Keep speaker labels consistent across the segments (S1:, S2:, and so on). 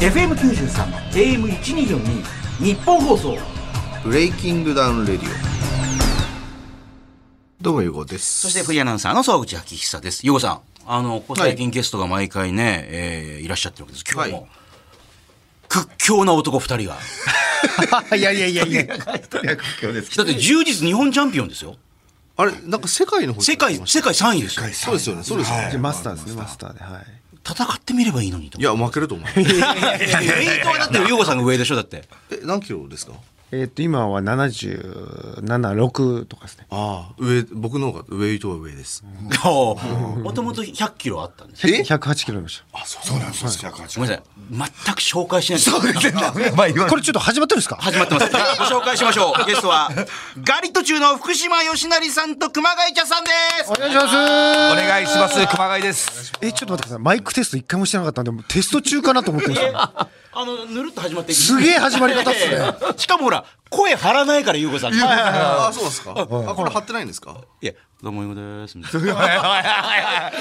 S1: FM93 AM1242 日本放送
S2: ブレイキングダウンレディオどうもゆうごです
S3: そしてフリーアナウンサーの沢口昭久です。ゆうごさん、あの、ここ最近ゲストが毎回ね、い、えーいらっしゃってるわけです。今日も、
S2: はい
S3: 屈強な男二人が。
S2: いやいやいやいや今日ですけど
S3: だって充実日本チャンピオンですよ。
S2: あれなんか世界の方
S3: 世界、世界3位ですよ。
S2: そうですよねそうですよね、
S4: じゃあマスターですね、マスターで。はい。
S3: 戦ってみればいいのにと。
S2: いや負けると思う
S3: えー、トはだって、ゆうごさんが上でしょ、だって。
S2: え何キロですか
S4: えっ、と、今は77、6とかですね。
S2: ああ上僕の方がウェイトは上です
S3: もともと100キロあったんです。
S4: 108キロでし
S1: あそうなんですよ180
S3: ごめんなさい。全く紹介しないそうです
S4: た。これちょっと始まってるんですか
S3: 始ま ってます。じゃあご紹介しましょう。ゲストは、ガリット中の福島よしなりさんと熊谷茶さんです。
S4: お願いします
S5: お願いします。熊谷です。
S4: え、ちょっと待ってください。マイクテスト一回もしてなかったんで、もうテスト中かなと思ってました。
S3: あの、ぬるっと始まっていく
S4: すげえ始まり方っすね。
S3: しかもほら、声張らないから、ゆうこさん。いや、
S2: ああそうですかあこれ貼ってないんですか
S3: どうもゆうこです。みたいな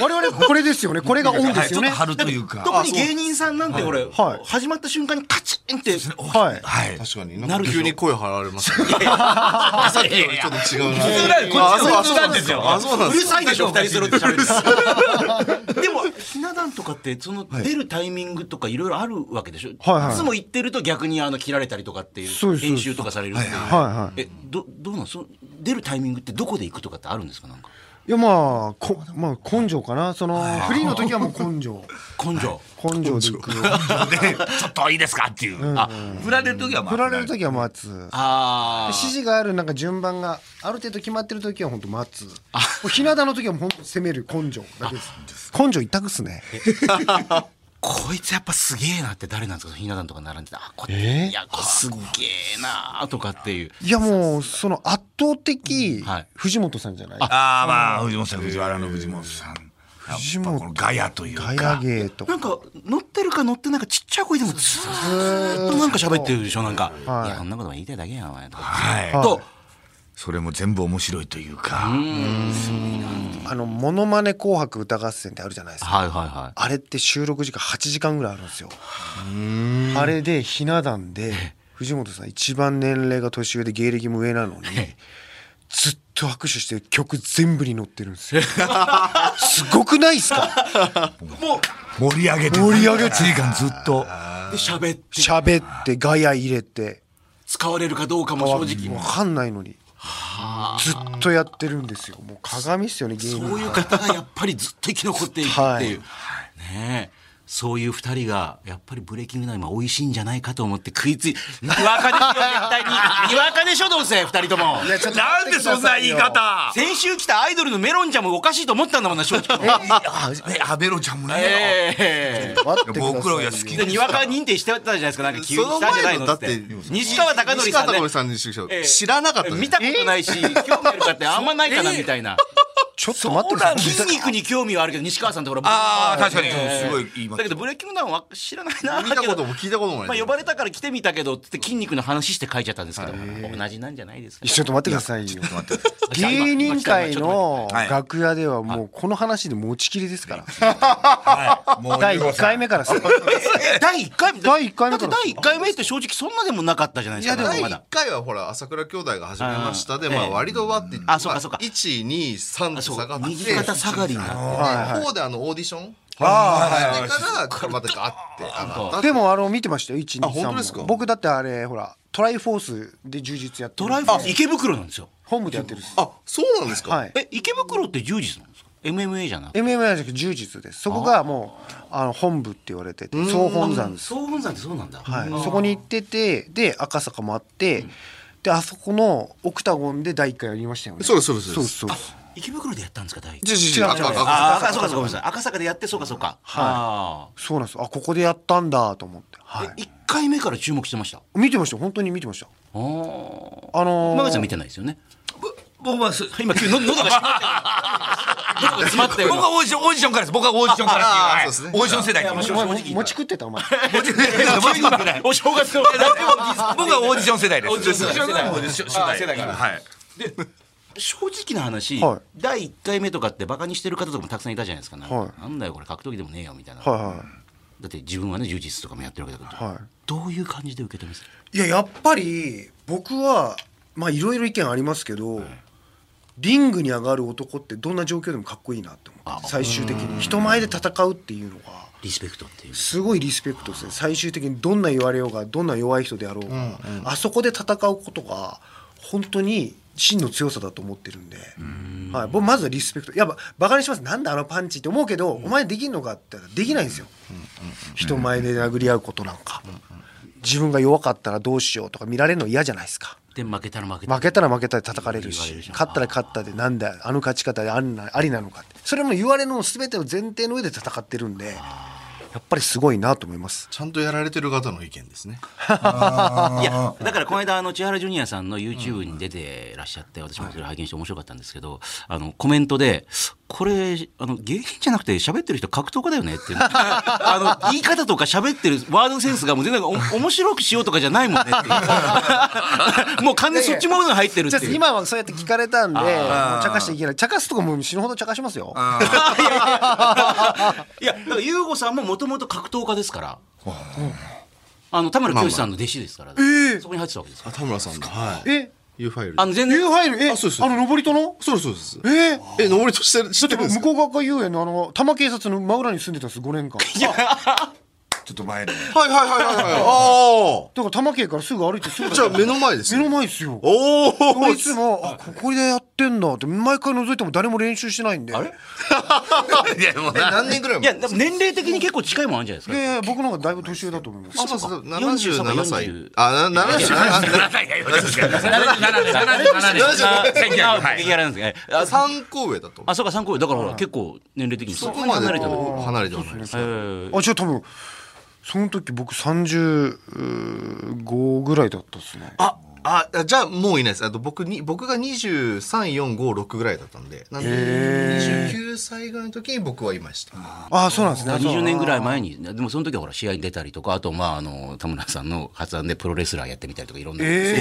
S4: 我々これですよね。これがオンですよね。
S5: ちょっと張るというか。
S3: 特に芸人さんなんて、俺、
S4: はい
S3: 始まった瞬間にカチンって、
S4: はい。
S5: はい。
S2: 確かに
S3: な
S2: な
S3: る
S2: ん
S3: で
S2: か
S3: しょ
S2: 急に声張られますねさ っきよりちょっと違うな
S5: なんですこっ
S2: あそう
S5: ちの普通なんですよ
S2: あそうなん
S3: う
S2: で
S3: る
S2: すか
S3: さいでしょ、二人揃って喋る。でも、ひな壇とかって、その、出るタイミングとかいろいろあるわけでしょ。
S4: はいはい
S3: つも言ってると逆に、あの、切られたりとかってい
S4: そう
S3: う、
S4: です
S3: 編集とかされるっていう。
S4: はいはい。
S3: え、ど、どうなんその出るタイミングってどこで行くとかってあるんですかなんか。
S4: いや、まあ、こ、まあ、根性かな。その、フリーの時はもう根性。
S3: 根性。
S4: 根性でいく。
S5: で、ちょっといいですかっていう。あ、振られる時はま あ。
S4: 振られる時は待つ。
S3: あ
S4: 指示があるなんか順番がある程度決まってる時は本当待つもうひな壇の時は本当攻める根性だけです根性一択っすね
S3: こいつやっぱすげえなって誰なんですかひな壇とか並んでてあこ、
S4: えー
S3: いやこすげえなとかっていう
S4: いやもうその圧倒的
S3: はい
S4: 藤本さんじゃない、
S5: ああ、まあ、藤本さん、藤原の藤本さん。
S4: 藤
S5: まあ
S4: 本
S5: このガヤという
S4: ガ
S5: か
S4: ヤ。芸と
S3: なんか乗ってるか乗ってないかちっちゃい声でもずーっとなんか喋ってるでしょなんか、
S4: はい
S3: い、やそんなこと言いたいだけやんお前とか、
S5: はい。
S3: と
S5: それも全部面白いというか。
S4: あのモノマネ紅白歌合戦ってあるじゃないですか
S3: はいはいはい
S4: あれって収録時間8時間ぐらいあるんですよあれでひな壇で藤本さん一番年齢が年上で芸歴も上なのにずっと拍手してる曲全部に乗ってるんですよすごくないですか
S5: 盛り上げて。
S4: 盛り上げて
S5: 1時間ずっと。
S3: で喋って
S4: 喋ってガヤ入れて
S3: 使われるかどうかも正直
S4: わかんないのにずっとやってるんですよもう鏡っすよね芸人
S3: そういう方がやっぱりずっと生き残っていくっていう、
S4: はい
S3: ねえそういう二人がやっぱりブレーキングダウン今美味しいんじゃないかと思って食いついにわかですよ絶対 ににわかでしょどうせ二人とも
S4: いやちょっと
S5: な
S4: 待
S5: ん
S4: って
S5: で
S4: くだ
S5: そん
S4: さ
S5: ない言い
S4: よ
S5: 方
S3: 先週来たアイドルのメロンちゃんもおかしいと思ったんだもんな正直
S5: あえアベロちゃんもね。
S3: ええ
S4: 待ってくださいよ
S5: 僕らが好き
S3: でにわか認定してたじゃないですかなんか急に来たんじゃないのって
S2: その前のだって
S3: 西川貴教
S2: 西
S3: さん、
S2: 川貴教
S3: ね、
S2: さんにしてきた
S3: ええ
S2: 知らなかったです
S3: 見たことないし、興味あるかってあんまないかなみたいな、
S4: ちょっと待ってください
S3: 筋肉に興味はあるけど西川さんってほら
S5: あー
S3: 僕
S5: 確かにすごい言います
S3: だけどブレイキングダウンは知らないな
S2: 見たことも聞いたことも
S3: ま
S2: な
S3: あ、
S2: い
S3: 呼ばれたから来てみたけどっつって筋肉の話して書いちゃったんですけど同じなんじゃないですか
S4: いやちょっと待ってくださいよ
S5: 待って
S4: 芸人界の
S5: はい
S4: 楽屋ではもうこの話で持ちきりですから
S5: もう
S4: 第1回目からさ
S3: え第1回目
S4: 第一回目
S3: だって第1回目って正直そんなでもなかったじゃない
S2: い
S3: です
S2: や
S3: か
S2: でも
S3: ま
S2: 1
S3: だ
S2: 回はほら朝倉兄弟が始めましたでま
S3: え
S2: あ
S3: え
S2: 割とわって
S3: あそうかそうか
S2: 123
S3: あ
S2: と
S3: そう
S2: 下がって
S3: 右肩下がりになっ
S2: 向こうであのオーディション
S5: あ
S2: してからまたガッて上がった
S4: でもあの見てましたよ123
S2: あ本当ですか
S4: も僕だってあれほらトライフォースで充実やって
S3: ト
S4: る
S3: ライフォース池袋なんですよ
S4: 本部でやってるっす
S2: あそうなんですか、
S4: はい
S3: え池袋って10時なんですか MMA じゃなくて
S4: MMA じゃなくて柔術ですそこがもうあの本部って言われてて総本山です、
S3: 総本山ってそうなんだ
S4: は
S3: あー
S4: い、そこに行っててで赤坂もあって、であそこのオクタゴンで第一回やりましたよね
S2: そうですそうです
S4: そうですそうです
S3: 池袋でやったんですか第1
S2: じゃじ
S4: 違う違う
S3: ああそうかそうかごめんなさい赤坂でやってそうかそうかは
S4: そうなんですあここでやったんだと思って、はい、
S3: 1回目から注目してました
S4: 見てました本当に見てました
S3: ああ
S4: あのー
S3: 熊谷さん見てないですよね
S5: 僕はす
S3: 今急に喉が閉まってる 喉
S5: 僕
S3: が
S5: はオーディションオーディションからです。僕はオーディションからっていう
S2: あ
S5: はい
S2: そうですね
S5: オーディション世代っていう。
S4: お前も餅食ってた お前
S3: 詰まってるお正月の
S5: 僕はオーディション世代です。
S3: オーディション世代
S5: オーディション世代
S3: あ世代から
S5: はい。
S3: 正直な話、
S4: はい
S3: 第1回目とかってバカにしてる方とかもたくさんいたじゃないですかなんか
S4: はい
S3: なんだよこれ格闘技でもねえよみたいな、
S4: はいは
S3: だって自分はね充実とかもやってるわけだから、
S4: はい
S3: どういう感じで受け止めて
S4: いややっぱり僕はまあいろいろ意見ありますけど、リングに上がる男ってどんな状況でもかっこいいなって思って最終的に人前で戦うっていうのが
S3: リスペクトっていう
S4: すごいリスペクトですね最終的にどんな言われようがどんな弱い人であろうが、あそこで戦うことが本当に真の強さだと思ってるんで、はい、僕まずはリスペクトいやばバカにしますなんだあのパンチって思うけど、お前できんのかって言ったらできないんですよ、人前で殴り合うことなんか、自分が弱かったらどうしようとか見られるの嫌じゃないですか
S3: で負けたら負けた
S4: 負けたら負けたで叩かれる
S3: 言わ
S4: し
S3: れるし
S4: 勝ったら勝ったでなんだあの勝ち方であんなありなのかってそれも言われの全ての前提の上で戦ってるんでやっぱりすごいなと思います
S2: ちゃんとやられてる方の意見ですね。
S3: いやだからこの間あの千原ジュニアさんの YouTube に出てらっしゃって私もそれ拝見して面白かったんですけどあのコメントで「これあの芸人じゃなくて喋ってる人格闘家だよね」っていうあの言い方とか喋ってるワードセンスがもう全然お面白くしようとかじゃないもんねっていうもう完全にそっちものが入ってるっ
S4: じ
S3: て
S4: ゃあ
S3: いう。
S4: 今はそうやって聞かれたんでもう茶化していけない茶化すとかもう死ぬほど茶化しますよ
S3: いや、だから、ゆうごさんももともと格闘家ですから。あの、田村教師さんの弟子ですから。そこに入ってたわけですか
S2: あ
S3: ら。
S2: 田村さんだ。はい。
S4: え
S2: U ファイルで。
S3: あの、全
S4: ニュー
S3: 然。
S4: ファイルえあ
S2: あそうです
S4: の登戸の
S2: そうですそうです。
S4: えー
S2: え、登りとしてる知ってるんです
S4: 向
S2: か。
S4: こう側が遊園のあの多摩警察の真裏に住んでたんです5年間
S5: ちょっと前で
S2: はいはいはいはいはい。あ
S4: だから多摩警からすぐ歩いてすぐ
S2: あ。じゃあ目の前です
S4: 目
S2: よ。
S4: の前ですよ
S2: おお。
S4: いつもあここでやってんだって毎回覗いても誰も練習してないんであれ
S5: いやもう
S2: え何年ぐらい
S3: い
S2: 前
S3: や、でも年齢的に結構近いもんあるんじゃないですか。
S4: いやいや僕の方がだいぶ年上だと思います
S2: あ、そうそう。七十
S3: 47
S2: 七歳
S3: 40。
S2: あ、な七十七。
S5: はいはいはい77です77です
S3: あ
S5: 1900は
S3: 激
S5: い
S3: やらなんですね。あ
S2: 三個上だと。
S3: あ、そうか、参考だから、ほら、結構年齢的に。
S2: そこまで
S3: 離れてる。
S2: こう離れてはないです。
S3: えー
S4: あじゃあ多分その時僕35ぐらいだったっすね
S2: あ、あ、じゃあもういないです。あと僕に僕が二十三四五六ぐらいだったんで、なんで二十九歳ぐらいの時に僕はいました。
S4: あそうなんですね
S3: 20年ぐらい前にでもその時はほら試合に出たりとかあとまああの田村さんの発案でプロレスラーやってみたりとかいろんな、
S2: や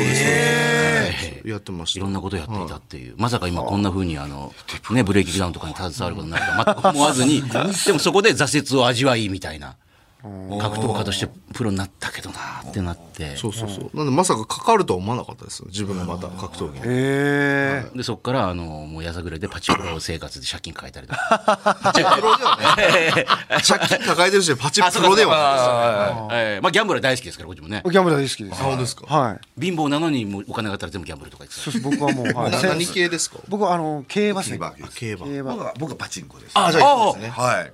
S2: ってまし
S3: い
S2: た
S3: ろん。なことやっていたっていう、まさか今こんなふうにあの、ね、ブレーキダウンとかに携わることになるとは全く思わずにでもそこで挫折を味わいみたいな格闘家としてプロになったけどなってなって
S2: そうそうそう。なんでまさかかかるとは思わなかったですよ。自分がまた格闘技に。
S4: え
S3: でそこからあのもうやさぐれでパチンコ生活で借金抱えたりとか
S2: プロではね。借金抱えてるし、パチプロでは
S3: えーまあギャンブルは大好きですからこっちもね
S4: ー、ギャンブル大好きです
S2: あ本当ですか
S4: はい
S3: 貧乏なのにもうお金があったら全部ギャンブルとか言って
S4: そ
S3: た
S4: うです僕はもう、はい、
S2: ないです。な何
S4: せん
S2: 系ですか
S4: 僕はあの競馬ですね
S5: 競馬
S2: 競馬。
S4: 競馬
S5: 僕は僕はパチンコです
S2: あ、じゃあいいですね。
S5: はい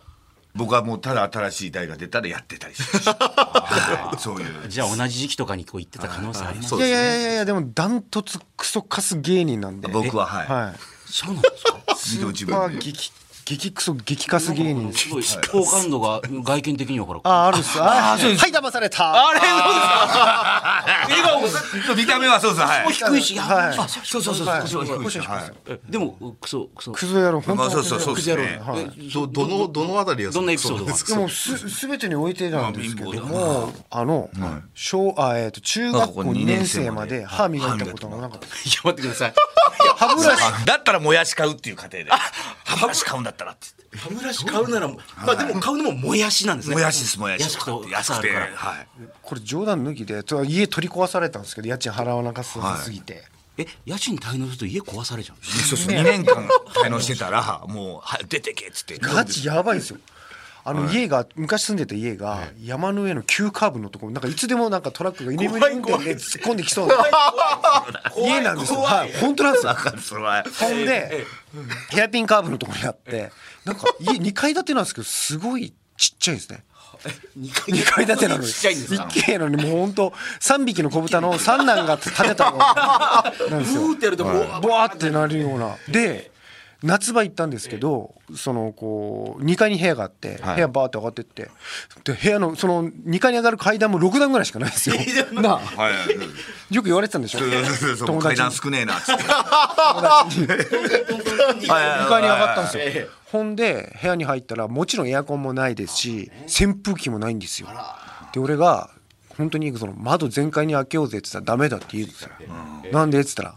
S5: 僕はもうただ新しい台が出たらやってたりしますはいそういう
S3: じゃあ同じ時期とかにこう行ってた可能性あります
S2: そう
S4: いや
S2: で
S4: い
S2: すね。
S4: やいやいやでもダントツクソカス芸人なんでは
S5: 僕ははい、
S4: い
S3: そうなんですか
S5: 自動自
S4: まあ
S5: 分で
S4: 激激クソ激カス芸人
S3: すごい好感度が外見的にはほら
S4: ああるっすああはい騙された
S3: あれどうですか
S5: 見た目はそうですはい
S3: 笑顔も低いしいや
S4: はい
S3: あそうそうそう
S5: 腰は低いしはい
S3: えでもクソクソ
S4: クズ野郎本当
S5: ま
S4: に
S5: あそうそうそうですね
S2: ど、どの、どのあたりが
S3: どんなエピソードが
S2: そう
S4: でもすすべてにおいてなんですけども、あの、
S5: はい
S4: 小あえっ、と中学校
S5: なんかこう
S4: 2年生ま
S5: 二
S4: で
S5: 年生まで
S4: 歯磨いたことがなかった。
S3: いや待ってください
S4: 歯ブラシ
S5: あだったらもやし買うっていう過程で歯ブラシ買うんだったらって言っ
S3: 歯ブラシ買うならまあでも買うのももやしなんです
S5: て
S3: ね
S5: もやしですもやし
S3: 安くて
S5: 安くて
S3: 朝あるから
S5: はい
S4: これ冗談抜きでと家取り壊されたんですけど家賃払わなかったすぎて、
S3: え家賃滞納すると家壊されちゃう
S5: そうそう2年間滞納してたらもうは出てけっつって
S4: ガチやばいんですよ。あの家が、昔住んでた家が山の上の急カーブのところなんかいつでもなんかトラックが居眠り運転で突っ込んできそうな家なんですよ。はい、本当なんですよ。
S5: それは
S4: ほんで、ヘアピンカーブのところにあって、なんか家2階建てなんですけど、すごいちっちゃいですね。2階建てなのに。
S3: ちっちゃいんです
S4: 一
S3: か
S4: 軒家なのに、もう本当3匹の子豚の三男が建てたのなんですよ。
S3: ブーってやるともう
S4: ボワーってなるような。で、夏場行ったんですけど、そのこう2階に部屋があって、部屋バーって上がってって、で部屋のその2階に上がる階段も6段ぐらいしかないんですよ。なあ
S5: はい
S4: よく言われてたんでしょ。
S5: そう階段少ねえなっつって
S4: 2階に上がったんですよほんで部屋に入ったらもちろんエアコンもないですし扇風機もないんですよで俺が本当にその窓全開に開けようぜって言ったらダメだって言うんですよなんでって言ったら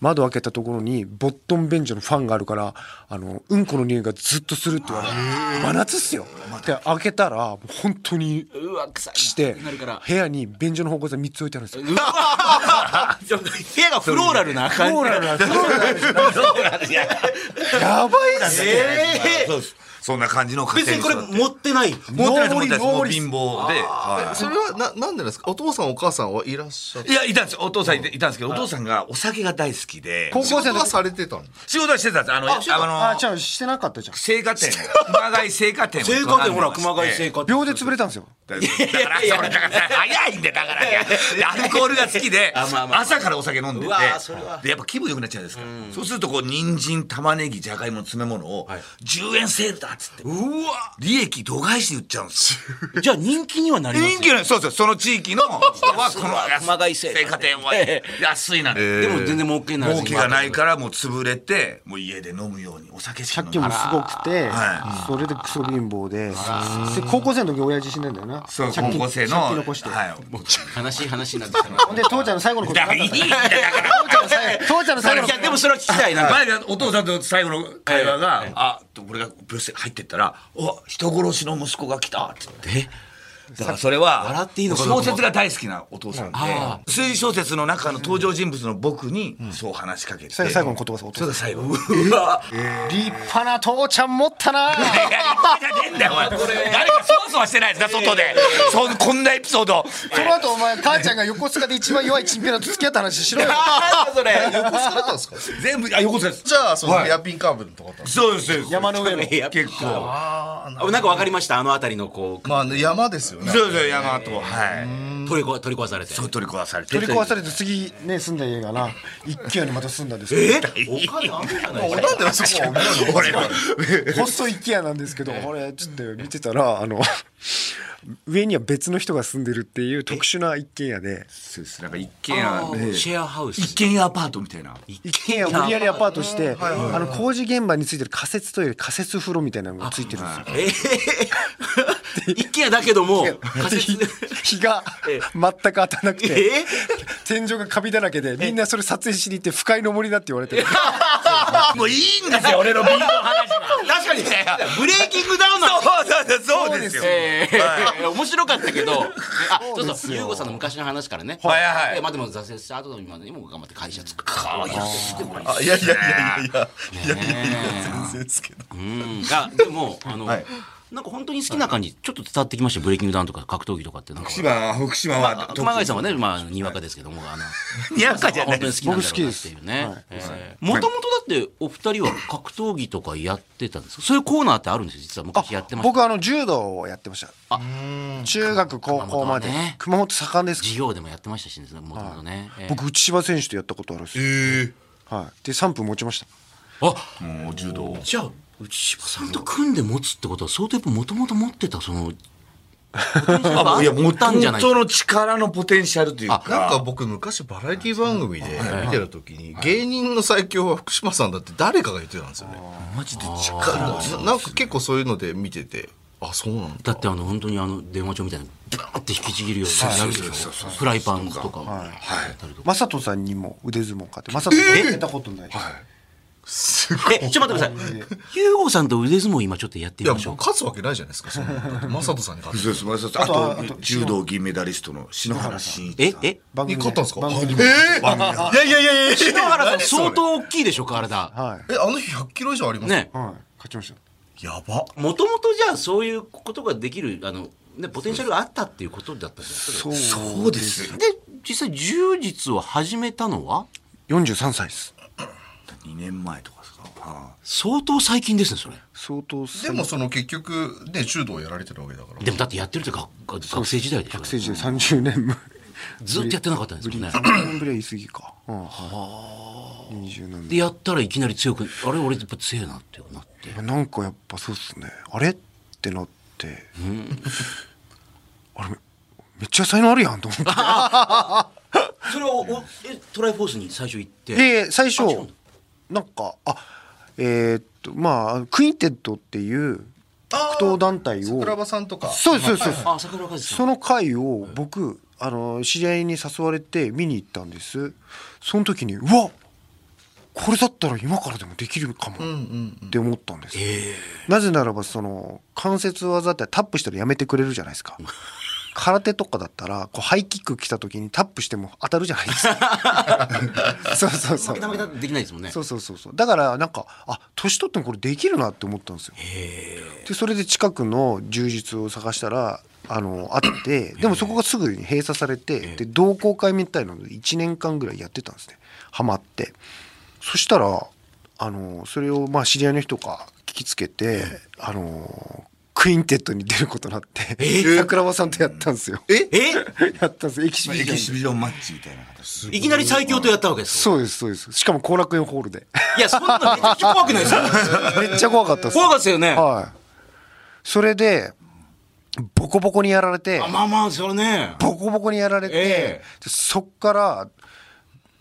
S4: 窓開けたところにボットン便所のファンがあるからあのうんこの匂いがずっとするって言われて真夏っすよで開けたらもう本当に
S3: うわ臭い
S4: して
S3: なるから
S4: 部屋に便所の方向性3つ置いてあるんですよ
S3: うわ部屋がフローラルな感じ
S4: そうなんだやばいっすね
S3: え
S5: そうですそんな感じの家
S3: 別
S5: 庭
S3: にこれ
S5: 育って
S3: 持ってない
S5: 持ってないで
S4: ノー
S5: す
S4: ボ
S5: 持っ
S4: リ
S5: てないですもう貧乏で、
S2: え
S5: は
S2: それはななんでですかお父さんお母さんはいらっしゃっ
S5: い、いやいたんですよお父さんいたいたんですけどお父さんがお酒が大好きで
S4: 高
S2: 仕
S4: 校生
S2: 事
S4: の
S2: は
S4: 時
S2: されてたんです
S5: 仕事はしてたんですあの
S4: あ
S5: あ
S4: じ
S5: の
S4: ゃあしてなかったじゃん
S5: 青果店熊谷青果店を
S3: 青果店ほら熊谷
S5: 店
S3: 青果店
S4: 秒で潰れたんですよ
S5: だからそれだから早いんでだか らでアルコールが好きで
S3: あまあまあ
S5: 朝からお酒飲んでて
S3: うわーそれは
S5: でやっぱ気分良くなっちゃうじゃないですかそうするとこう人参玉ねぎじゃがいもの詰め物を10円セールだっつって
S3: うわ
S5: 利益度外視で売っちゃうんですよ
S3: じゃあ人気にはなりますよ
S5: 人気のそうそうその 地域の人はこの
S3: 熊谷製
S5: 青果店は 安いなんて
S3: でも全然儲けない
S5: 儲けがないからもう借金も潰れてもう家で飲むようにお酒しか
S4: 借金
S5: 飲ま
S4: も
S5: ない
S4: すごくて、
S5: は
S4: それでクソ貧乏でで高校生の時親父死んだんだよな
S5: そう
S4: 借
S5: 高
S4: 金
S5: 校生の
S4: 借金残して、
S5: はいもう
S3: 悲しい話なんですけど
S4: ほんで父ちゃんの最後のこと
S5: だ
S4: なん
S5: か
S4: だっ
S5: らい
S4: た
S5: い
S4: ん
S5: んだ
S4: だよ
S5: か
S4: 父
S5: ら
S4: ちゃんの最後父ちゃんの最後の
S3: いやでもそれは聞きたいな
S5: 前がお父さんと最後の会話が、あと俺がブロス入ってったら「お人殺しの息子が来た」って言って。だからそれは
S3: 笑っていいのかどうかも
S5: 小説が大好きなお父さんで
S3: あ
S5: 推理小説の中の登場人物の僕にそう話しかけて
S4: それが最後の言葉さお父
S5: それ
S4: さん
S5: が最後う わ
S4: 立派な父ちゃん持ったな
S5: いやいやいやいやいやいやいやいやいやいやいやいやいやいやいやいやいやいやいや誰かそわそわしてないですか外でそんこんなエピソード
S4: その後お前母ちゃんが横須賀で一番弱いチンピラと付き合った話しろよ
S3: それ
S2: かされたんですか
S5: 全部あ横です
S2: じゃあその
S5: はい
S2: ヘアピンカーブのとこと
S5: そうですそうです
S4: 山の上の
S5: 結構
S3: なんかわかりましたあの辺りのこ
S2: まあ山ですよね
S5: そうです山とは
S3: う取りこ取り壊されて
S5: いそう取り壊されて
S4: 取り壊されて次ね住んだ家がな一軒家にまた住んだんです
S3: え
S4: け
S3: お金あんのじゃない
S2: 俺なんであそこを見るの
S5: 俺の
S4: ど細い一軒家なんですけどこれちょっと見てたらあの上には別の人が住んでるっていう特殊な一軒家で
S5: そうですなんか一軒家で
S3: シェアハウス
S5: 一軒家アパートみたいな
S4: 一軒家を無理やりアパートしてあの工事現場についてる仮設トイレ仮設風呂みたいなのがついてるんですよ。
S3: ええ一軒家だけども仮 設で
S4: で日日が全く当たらなくて
S3: え
S4: 天井がカビだらけでみんなそれ撮影しに行って不快の森だって言われてる
S5: もういいんですよ俺のビールの話は確かに
S3: ブレイキングダウンの
S5: そうそうそうですよ
S3: ええ面白かったけど、ねあ、そう
S4: で
S3: そ
S4: す
S3: う、
S4: よ
S3: ゆうごさんの昔の話からね。
S5: はいはい
S3: でまあ、でも挫折した後の今でも頑張って会社作った。
S5: あいやすごい
S2: あいやいやいやいやいやいやいやいや全然ですけど
S3: うん、が、でも、あの、なんか本当に好きな感じ、ちょっと伝わってきましたよ。ブレイキングダウンとか格闘技とかって、なんか。
S5: 福島福島は
S3: あ熊谷さんはね、まあ、にわかですけども、あの。
S5: にわかじゃ
S3: 本
S5: ない
S3: 当に好きなんだろうなっていうね。もともとだって、お二人は格闘技とかやってたんですか。そういうコーナーってあるんですよ。実は昔やってました。
S4: 僕あの柔道をやってました中学高校まで
S3: 熊本はね
S4: 熊本盛んです
S3: 授業でもやってましたしね、もともとね。ええ
S4: 僕内柴選手とやったことあるんですよはいで3分持ちました
S3: あ、
S5: もう柔道
S3: じゃあ内柴さんと組んで持つってことは相当やっぱもともと持ってたその
S5: あもういや持
S3: ったんじゃない
S5: 本当の力のポテンシャルというか
S2: なんか僕昔バラエティ番組で見てた時に芸人の最強は福島さんだって誰かが言ってたんですよね
S5: マジで
S2: ななんか結構そういうので見ててあそうなんだ
S3: だってあの本当にあの電話帳みたいにブーンって引きちぎるようにやるでしょフライパンとかもやったりとか
S4: 正人さんにも腕相撲買って正人さんやったことない
S3: えちょっと待ってください優吾さんと腕相撲今ちょっとやって
S2: い
S3: み
S2: や
S3: ましょ
S2: もう
S3: うか
S2: 勝つわけないじゃないですかそんなのだって正人さんに勝つ
S5: そうですそうですあ
S4: と
S5: と
S4: あと
S5: 柔道銀メダリストの篠原信
S3: え
S5: 一さん
S3: え
S4: 番
S2: に
S4: 組
S2: 勝ったんですか
S4: 番組
S2: えーいやいやいやいや
S3: 篠原さん相当大きいでしょ体
S4: はい
S2: えあの日100キロ以上あります
S3: ね
S4: はい勝ちました
S2: やば
S3: もともとじゃあそういうことができるあのねポテンシャルがあったっていうことだったんですよ
S5: そうです
S3: で実際柔術を始めたのは
S4: 43歳です
S5: 2年前とかですかあ
S3: 相当最近ですねそれ
S4: 相当す
S2: でもその結局ね柔道をやられてるわけだから
S3: でもだってやってるって学学学生時代でしょ
S4: 学生時代30年ぶ
S3: ずっとやってなかったんですもんね
S4: り年ぶりは言い過ぎかうんはい20何
S3: でやったらいきなり強くあれ俺やっぱ強いなってなって
S4: いやなんかやっぱそうっすねあれってなってあれめめっちゃ才能あるやんと思って
S3: それをトライフォースに最初行って
S4: で最初
S3: あ違うんだ
S4: なんかあえーっとまあクインテッドっていう格闘団体を
S2: 桜庭さんとか
S4: そうですそうですそうです
S3: あ桜和さ
S4: そ
S3: ん
S4: の回を僕あの知り合いに誘われて見に行ったんですその時にうわこれだったら今からでもできるかもって思ったんですよ、なぜならばその関節技ってタップしたらやめてくれるじゃない ですか空手とかだったらこうハイキック来た時にタップしても当たるじゃないですか そうそうそう
S3: ダメだできないですもんね
S4: そうそうそうそうだからなんかあ年取ってもこれできるなって思ったんですよでそれで近くの充実を探したらあのあってでもそこがすぐに閉鎖されてで同好会みたいなので1年間ぐらいやってたんですねハマってそしたらあのそれをまあ知り合いの人が聞きつけてあのクインテットに出ることになって桜庭さんとやったんですよ
S2: え
S3: え
S4: やったんですエキシビシ
S5: エ
S4: ョン
S5: キ
S4: で
S5: シビジョンマッチみたいな形
S3: いきなり最強とやったわけです
S4: そうですそうですしかも後楽園ホールで
S3: いやそんなめちゃくちゃ怖くないですよ
S4: めっちゃ怖かったです
S3: 怖かったですよね
S4: はい。それで、ボコボコにやられて
S3: あ、まあまあそれね
S4: ボコボコにやられて、
S3: ええ
S4: でそっから、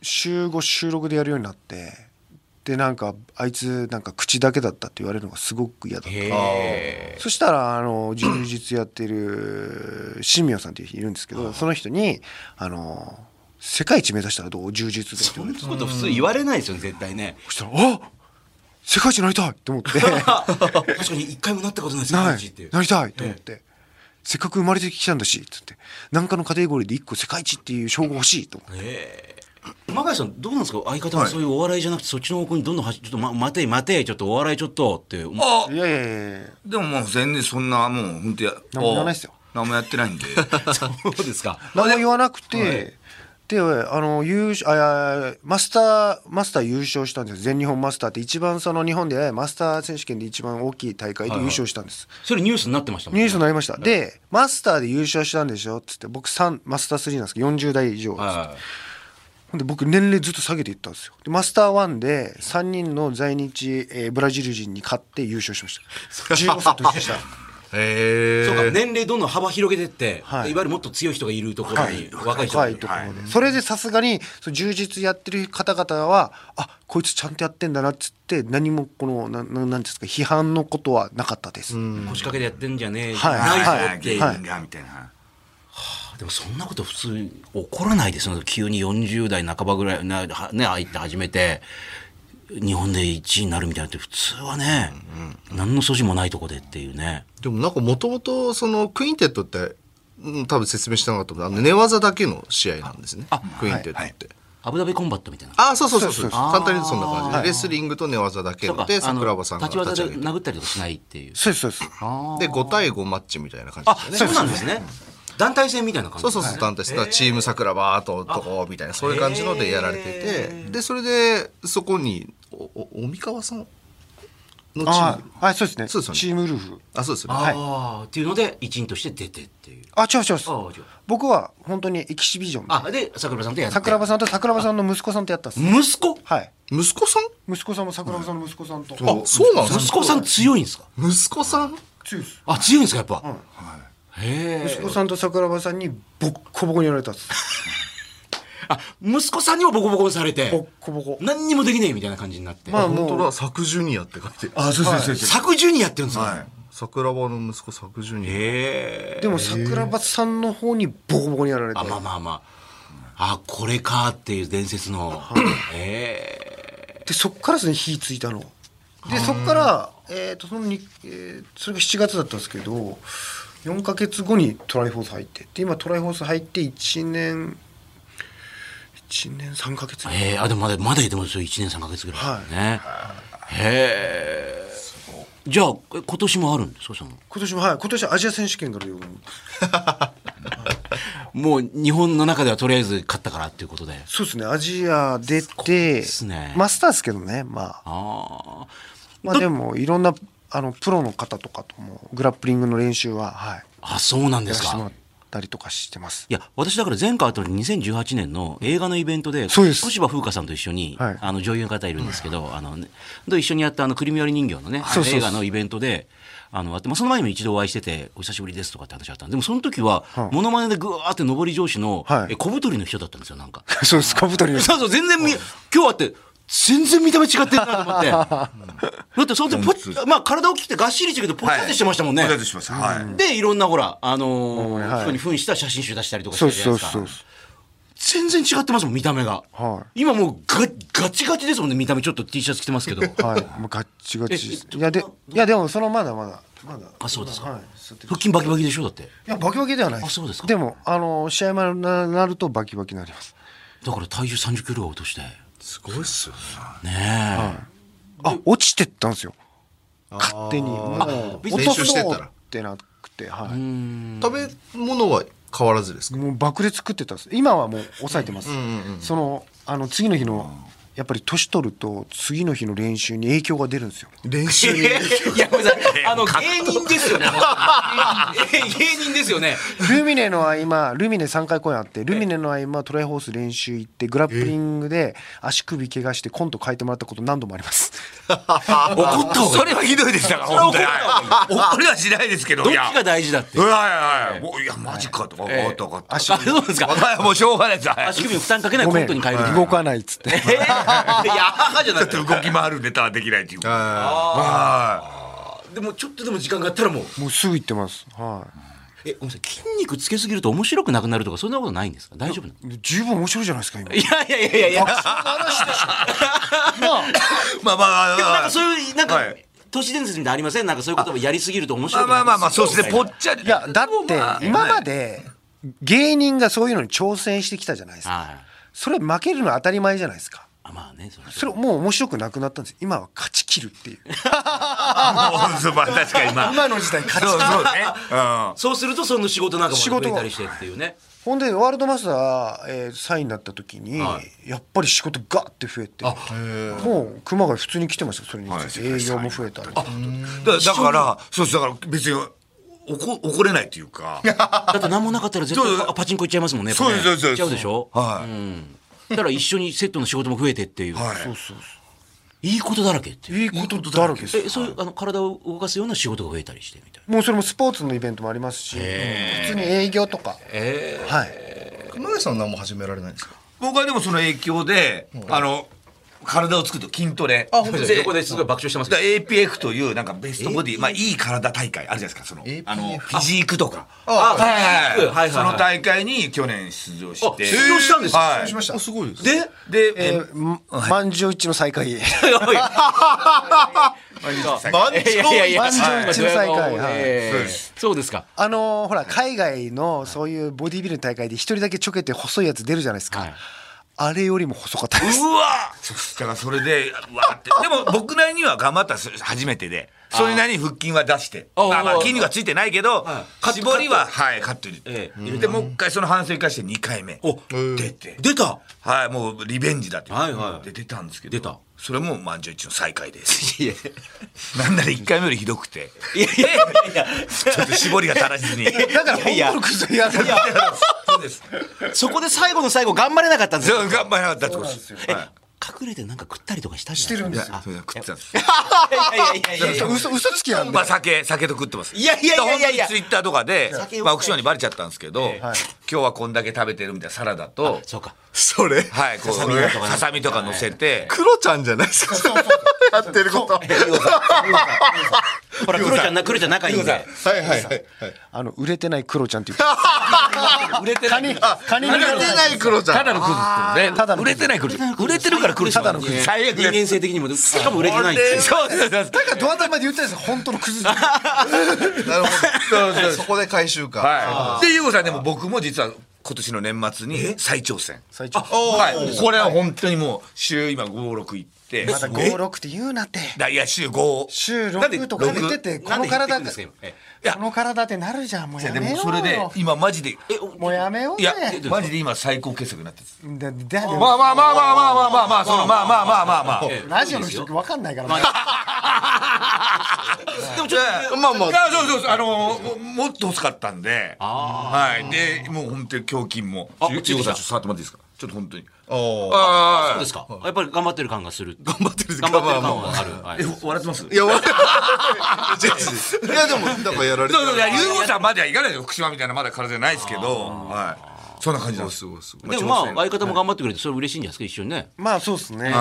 S4: 週5、週6でやるようになって、で、なんか、あいつ、なんか口だけだったって言われるのがすごく嫌だっ
S3: へ
S4: た。
S3: え
S4: そしたら、あの、充実やってる、新明さんっていう人いるんですけど、その人に、あの、世界一目指したらどう充実でって言
S3: そ
S4: わ
S3: ん
S4: れ
S3: な
S4: て。
S3: こと普通言われないですよね絶対ね
S4: そしたら、あ世界一になりたいって思って。
S3: 確かに一回もなったことないですよ
S4: な
S3: 感じってい
S4: いうなりたいと思って、せっかく生まれてきたんだしつって何かのカテゴリーで一個世界一っていう称号欲しいと思って
S3: 馬谷さんどうなんですか相方もそういうお笑いじゃなくてそっちの方向にどんどん走ちょっと、ま、待て待てちょっとお笑いちょっとって思う
S5: あ
S4: いやいやいやいや
S5: でももう全然そんなもう本当や
S4: 何も言わないっすよ
S5: 何もやってないんで
S3: そうですか
S4: 何も言わなくて、であの優勝あいやマスターマスター優勝したんです全日本マスターって一番その日本でマスター選手権で一番大きい大会で優勝したんです、
S3: それニュースになってましたもん
S4: ニ
S3: ね
S4: ュースになりました、でマスターで優勝したんでしょっつって僕3マスター3なんですけど40代以上です、
S3: は
S4: ほんで僕年齢ずっと下げていったんですよでマスター1で3人の在日、えーブラジル人に勝って優勝しました15歳年下
S3: い
S2: へ
S3: そうか年齢どんどん幅広げてって、
S4: はい
S3: い、わゆるもっと強い人がいるところに、若い人が
S4: 若
S3: い
S4: い
S3: る
S4: ところで、それでさすがにその充実やってる方々はあこいつちゃんとやってんだなっつって何もこのなななんですか批判のことはなかったです、
S3: 腰掛けでやってんじゃねえ、
S4: はい
S3: ないぞ
S5: は
S3: っ
S5: い
S3: てい
S5: 芸
S3: う、
S5: 人がみたいな
S3: でもそんなこと普通に起こらないですよ急に40代半ばぐらいなはね入って始めて日本で1位になるみたいなって普通はね、何の素地もないとこでっていうね
S2: でもなんかもともとそのクインテットってうん多分説明してなかったと思うあの寝技だけの試合なんですねクインテットって。
S3: アブダビコンバットみたいな
S2: あそうそうそうそう
S4: そうそうそう
S2: 簡単にそんな感じでレスリングと寝技だけ
S3: そうか
S2: で
S3: あの
S2: 桜庭さんが
S3: 立ち技
S2: 立ち
S3: で
S2: 上げて
S3: 殴ったりとかしないっていう
S4: そうですそうです
S2: で5対5マッチみたいな感
S3: あ
S2: じで
S3: そ
S2: すよ
S3: う
S2: ね
S3: なんですね団体戦みたいな感じ
S2: そうそうそう団体してチーム桜庭ととこみたいなそういう感じのでやられててでそれでそこにおおお三河さんのチー
S4: あ
S2: ム
S4: あそうですね
S2: そうですよね
S4: チームウルフ
S2: あそうですよね
S3: ああ、っていうので一員として出てっていう
S4: あ違う違う違
S3: あ
S4: う
S3: 違う
S4: 僕は本当にエキシビジョンで
S3: あで桜庭さんとやって
S4: 桜庭さんと桜庭さんの息子さんとやったんです
S3: 息子
S4: はい
S2: 息子さん
S4: 息子さんも桜庭さんの息子さんと
S2: あそうなんです
S3: 息子さん強いんですか
S2: 息子さん
S4: 強いです
S3: あ強いんですかやっぱ、へえ
S4: 息子さんと桜庭さんにボッコボコにやられたんです
S3: あ息子さんにもボコボコにされ
S4: ボッ
S3: て
S4: コボコ
S3: 何にもできねえみたいな感じになって、
S4: まあ
S2: 本当
S4: もう
S2: だ作ジュニアって書いてる
S5: あそうそうそうそう
S3: 作中にやってるんですか、
S5: はい
S2: 桜庭の息子作ジュニア
S3: へえ
S4: でも桜庭さんの方にボコボコにやられて
S3: あまあまあまああこれかっていう伝説のへえ
S4: でそっからですね火ついたのでそっからえっとそのにえーそれが7月だったんですけど4か月後にトライフォース入ってで今トライフォース入って1年1年3か月
S3: えー、あでもまだまだいてますよ1年3か月ぐらい、
S4: はい
S3: ねへえじゃあえ今年もあるんですかその
S4: 今年もはい今年はアジア選手権から呼ぶ
S3: もう日本の中ではとりあえず勝ったからっていうことで
S4: そうですねアジア出て
S3: すね
S4: マスターですけどねまあ
S3: ああ
S4: まあでもいろんなあのプロの方とかともグラップリングの練習ははい
S3: あそうなんで
S4: やら
S3: す
S4: せてもら
S3: か
S4: ったりとかしてます
S3: い。や私だから前回あった2018年の映画のイベントで
S4: そうです
S3: 小芝風花さんと一緒に、
S4: はい
S3: あの女優の方いるんですけど、あのねと一緒にやったあのクリミアリ人形のね
S4: そうそうそう
S3: 映画のイベントで。あのあってまあ、その前にも一度お会いしてて「お久しぶりです」とかって話あったんででもその時は
S4: はい
S3: モノマネでぐわーって上り上司の、
S4: はい
S3: え小太りの人だったんですよなんか
S4: そうです、かぶとり
S3: そうそう全然み今日会って全然見た目違ってるなと 思ってだってその時ポッ、まあ、体大きくてがっしりしてるけどポチャってしてましたもんね、
S5: はいポチャッとしてましたはい
S3: でいろんなほらあのー
S4: はい
S3: 人に扮した写真集出したりとかして
S4: そう
S3: るじゃな
S4: そ
S3: いうですか
S4: そう。
S3: 全然違ってますもん見た目が、
S4: は
S3: 今もうガガチガチですもんね見た目ちょっと T シャツ着てますけど
S4: はい、もうガッチガチです。いやで、いやでもそのまだまだまだ。
S3: あそうですか、
S4: はい。吸ってい
S3: 腹筋バキバキでしょだって
S4: やバキバキではない。
S3: あそうですか
S4: でもあの試合前にななるとバキバキになります。
S3: だから体重3 0キロは落としてね
S2: すごいっすよね
S3: え、
S4: あ落ちてったんですよ。勝手にもう
S2: 練
S4: 落と
S2: 習して
S4: そ
S2: た
S4: う
S2: ら
S4: ってなくて、はい。
S2: 食べ物は変わらずですか
S4: もう爆裂食ってたんです今はもう抑えてます、そのあの次の日のやっぱり年取ると次の日の練習に影響が出るんですよ
S2: 練習に
S3: いやごめんなさ いあの芸人ですよね 芸人ですよね
S4: ルミネの合間ルミネ3回公演あってルミネの合間トライホース練習行ってグラップリングで足首怪我してコント変えてもらったこと何度もあります
S5: 怒ったそれはひどいでしたから本当に怒りはしないですけど
S3: どっ
S5: い
S3: ち
S5: や
S3: が大事だって
S5: いやいやいやもういやマジかと分かった分かった
S3: あそうですか
S5: はいもうしょうがないですはい
S3: 足首に負担 かけない
S4: ご
S3: コ
S4: めん
S3: ントに変える
S4: 動かないっつって
S3: えーいや母じゃな
S5: ちょ
S3: い
S5: っと動き回るネタはできないっていうか
S2: あ
S5: は
S3: でもちょっとでも時間があったらもう
S4: もうすぐ行ってますは
S3: えごめんなさい筋肉つけすぎると面白くなくなるとかそんなことないんですか大丈夫なの
S4: い十分面白いじゃないですか今
S3: いやいやいやいやいや
S5: いまあまあ
S3: でもなん
S5: ま
S3: か
S5: あ
S3: そういうなんか、
S5: はい
S3: 都市伝説みたいなのありませんなんかそういうこともやりすぎると面白
S5: まあ
S3: くな
S5: まあ
S3: い
S5: まあまあそうですねぽっちゃり
S4: い やだっ
S5: でもまあ
S4: て今まで芸人がそういうのに挑戦してきたじゃないですか
S3: はい
S4: それ負けるのは当たり前じゃないですか
S3: あまあねそれ
S4: それもう面白くなくなったんです今は勝ち切るっていう
S5: もうそうまあ確かに今
S4: 今の時代勝ち
S5: そうそうねうん
S3: そうするとその仕事なんかも
S4: 仕事
S3: 増え
S4: が
S3: たりしてっていうね
S4: ほんでワールドマスター、えー、サインになった時に、やっぱり仕事ガーって増えてもう熊谷普通に来てましたそれに、営業も増えたり
S5: だだからそうですだから別に怒怒れないっていうか
S3: だって何もなかったら絶
S5: そうです
S3: 対あパチンコ行っちゃいますもんねやっぱ
S5: そう
S3: ね
S5: ですそうです
S3: 行っちゃうでしょ
S5: はい
S3: うんだから一緒にセットの仕事も増えてっていう、
S5: はい
S4: そうそうそ
S3: い、いことだらけっていう
S4: ういいことだらけです
S3: えそういうあの体を動かすような仕事が増えたりしてみたいな
S4: もうそれもスポーツのイベントもありますし、普通に営業とか、はい
S2: 熊谷さんは何も始められないんですか
S5: 僕はでもその影響で、あの体を作ると筋トレあ
S3: 本当です横ですごい爆笑してますけ
S5: だ
S3: ど
S5: APF というなんかベストボディ、まあいい体大会あるじゃないですかその
S2: APF
S5: あのフィジークとか
S3: あ
S5: はい
S3: フィジークはいはいはい
S5: その大会に去年出場して
S3: あ出場したんですか
S5: はい
S2: しましたすごいです
S5: でで、え
S4: えーん満場一致の再会
S3: おいい
S2: 万
S3: やいやいや
S4: 満場一致の再会
S3: はい
S4: はい
S3: え
S5: そう
S3: ー
S5: です
S3: そうですか
S4: あのーほら海外のそういうボディビルの大会で一人だけちょけて細いやつ出るじゃないですか、
S3: はい
S4: あれよりも細かったです
S5: うわそしたらそれでうわーってでも僕なりには頑張ったんです初めてでそれなりに腹筋は出して
S3: あー
S5: まあまあ
S3: あー
S5: 筋肉はついてないけど
S3: カット
S5: 絞りは
S3: カッ
S5: はいカット入れ
S3: え
S5: て
S3: え
S5: でもう一回その反省を生かして2回目
S3: お
S5: 出て
S3: 出た
S5: はいもうリベンジだって
S3: はいはい
S5: で出たんですけど
S3: 出た
S5: それも満場一致の再会ですなんなら1回目よりひどくて
S3: いやいやいや
S5: ちょっと絞りが足らずに
S4: だから本
S3: いや
S4: 当の薬やる
S5: そうです
S3: そこで最後の最後頑張れなかったんです
S5: そ
S3: よ。
S5: う頑張らなかったってことです
S3: え
S5: は
S3: 隠れてなんか食ったりとかしたりして
S4: るんで
S5: いいや
S4: す
S5: そうだ食ってたんです
S3: いやいやいやいや。
S4: 嘘嘘つきなんで
S5: まあ酒酒と食ってます
S3: いやいやいやいやいや
S5: 本当にツイッターとかで
S3: 酒を
S5: まあ、アクションにバレちゃったんですけど、今日はこんだけ食べてるみたいなサラダと
S3: そうか。
S2: それ
S5: はいこう
S3: ささみとかね
S5: ささみとか乗せて、
S2: クロちゃんじゃないですかやってる こと
S3: ほら黒ちゃんな黒ちゃん仲いいんで。
S2: はいはいはいはい
S4: あの売れてないクロちゃん っていう売れてないカニ
S2: 慣れてないクロちゃん
S5: ただのクズっていうね
S4: ただの
S5: 売れてないクズ売れてるからクズ
S3: ただ
S4: のク
S5: ズ最悪
S3: 人
S5: です
S3: 間性的にもしかも売れてない。
S5: そうそうそう
S4: だからドア頭で言ったんですよ本当のク ズ
S2: なるほどそこで回収か
S5: はいで優子さんでも僕も実は今年の年末に再挑戦
S4: 最長
S5: はいこれは本当にもう週今56行って
S4: まだ五六って言うなって
S5: だいや週5
S4: 週
S5: なんで
S4: 六とかで出て
S3: な
S4: こ
S3: んで減ってく
S4: の体
S3: んで
S4: が
S3: すか今。え
S4: この体ってなるじゃんもうや
S5: で
S4: め
S5: も
S4: よ
S5: それ
S4: う
S5: で
S4: よ
S5: 今マジで
S4: もうやめよう
S5: いや
S4: ね
S5: マジで今最高傑作になってる
S4: だだ
S5: まあまあまあまあまあまあまあまあそのまあまあまあまあまあ。
S3: え
S4: ラジオの人わかんないからね
S5: でもちょっとまあまあ。そうそうそうあのーももっと欲しかったんで。はいでもう本当に胸筋も。
S3: あ
S5: ちょ
S3: 落ちてきた
S5: ちょっと触ってもらっていいですか。ちょっと本当に。
S2: おー
S5: あ
S3: そうですか。やっぱり頑張ってる感がする。頑
S2: 張ってる
S3: 頑張ってる感はある。はい
S5: え笑ってます。い
S2: いやわジェスいやでもなんかやられて
S5: そうそういや
S2: る
S5: ユーゴさんまではいかないですよ福島みたいなまだ体じゃないですけど。はい。そんな感じなんです
S2: すごいすごい
S3: でもまあ相方も頑張ってくれてそれ嬉しいんじゃないですか一緒にね
S4: まあそうですね、
S5: はい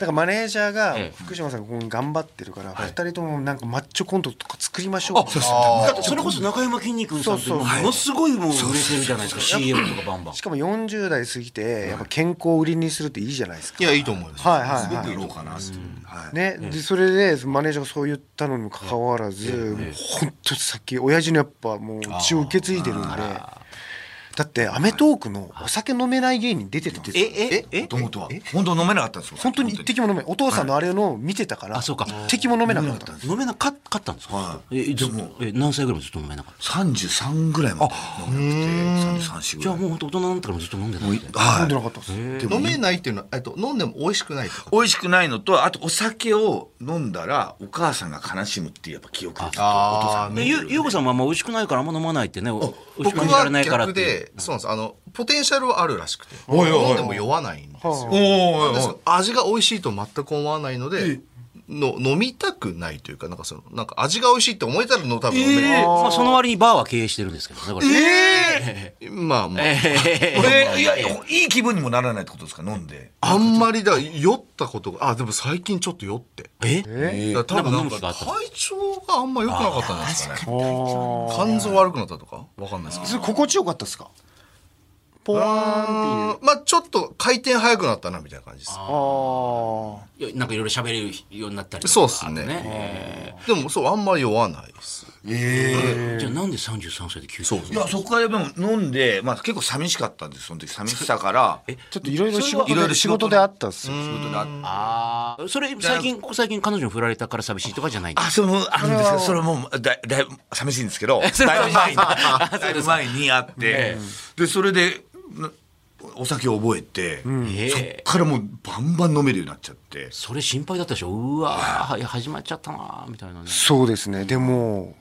S4: だからマネージャーが
S3: ええ
S4: 福島さんがここに頑張ってるから二人ともなんかマッチョコントとか作りましょう
S5: あそうそう
S3: だってそれこそ中山きんに君さんって
S4: そう
S3: も
S4: そう
S3: のすごいもう売れてるじゃないですか CM とかバンバン
S4: しかも40代過ぎてやっぱ健康を売りにするっていいじゃないですか
S2: いやいいと思います
S4: はいはい
S5: すごく
S4: は
S5: 言おうかなってはい
S4: いねでそれでマネージャーがそう言ったのにもかかわらず本当さっき親父のやっぱもう血を受け継いでるんでだって『アメトーーク』のお酒飲めない芸人出てたんです
S3: え
S4: よ
S3: ええ
S5: もともとは本当飲めなかったんですよ
S4: 本当に一滴も飲めないお父さんのあれのを見てたから
S3: あそうか
S4: 一滴も飲めなかったんです
S3: 飲めなかかったんですか、
S5: はい
S3: えずっと
S5: でも
S3: え何歳ぐらいまでずっと飲めなかった
S5: 33ぐらいまで飲めなくて33
S3: じゃあ
S5: ぐ
S3: もう本当大人になってからもずっと飲んでたんで
S4: 飲
S5: ら
S4: ん
S5: いは
S4: で
S5: い
S4: なかったんです
S2: 飲めないっていうのはえっと飲んでも美味しくないとか
S5: 美味しくないのとあとお酒を飲んだらお母さんが悲しむっていうやっぱ記憶がずっとお父さんが
S3: でゆゆうこさんはあんま美味しくないからあんま飲まないってねお美味し
S2: 僕
S3: く感じられ
S2: は
S3: ないからっ
S2: 逆
S3: ていう
S2: でそうなんですあのポテンシャルはあるらしくて
S5: おいおいおい
S2: 飲んでも酔わないんですよ
S4: は
S5: おーお
S2: で
S5: い
S2: す
S5: おい
S2: が味が美味しいと全く思わないのでの飲みたくないというかなんかそのなんか味が美味しいって思えたらの多分飲めない
S3: まあ、その割にバーは経営してるんですけどねこれ
S2: まあまあ
S5: これいやいやいい気分にもならないってことですか飲んで
S2: あんまりだ酔ったことがあでも最近ちょっと酔って
S3: え
S2: だから多分なん
S3: なんか飲む気があ
S2: か
S3: った
S2: 体調があんま良くなかったんですかね肝臓悪くなったとかわかんないですけど
S4: それ心地よかったですかポワーンっていう
S2: まあちょっと回転早くなったなみたいな感じです
S4: ああ
S3: いやなんかいろいろ喋れるようになったりとか
S2: そうっすね
S3: あとえ
S2: でもそうあんまり酔わないです
S3: ーじゃあなんで33歳で急に
S2: そうそう
S5: いやそこからでも飲んで、まあ、結構寂しかったんですその時寂しさから仕
S4: ちょっといろいろ仕
S5: いろい
S4: 事
S5: ろ
S4: で仕
S5: 仕
S4: 事
S5: 事
S4: であったっすよ
S5: 事であって
S3: ああそれ最近ここ最近彼女に振られたから寂しいとかじゃないんです
S5: あそれもあるんですけどそれもだいだいぶ寂しいんですけど
S3: それ
S5: だいぶ前にだいぶ前にあってでそれでなお酒を覚えて、
S3: ええ
S5: そっからもうバンバン飲めるようになっちゃって
S3: それ心配だったでしょうわーいや始まっちゃったなーみたいなね
S4: そうですねでも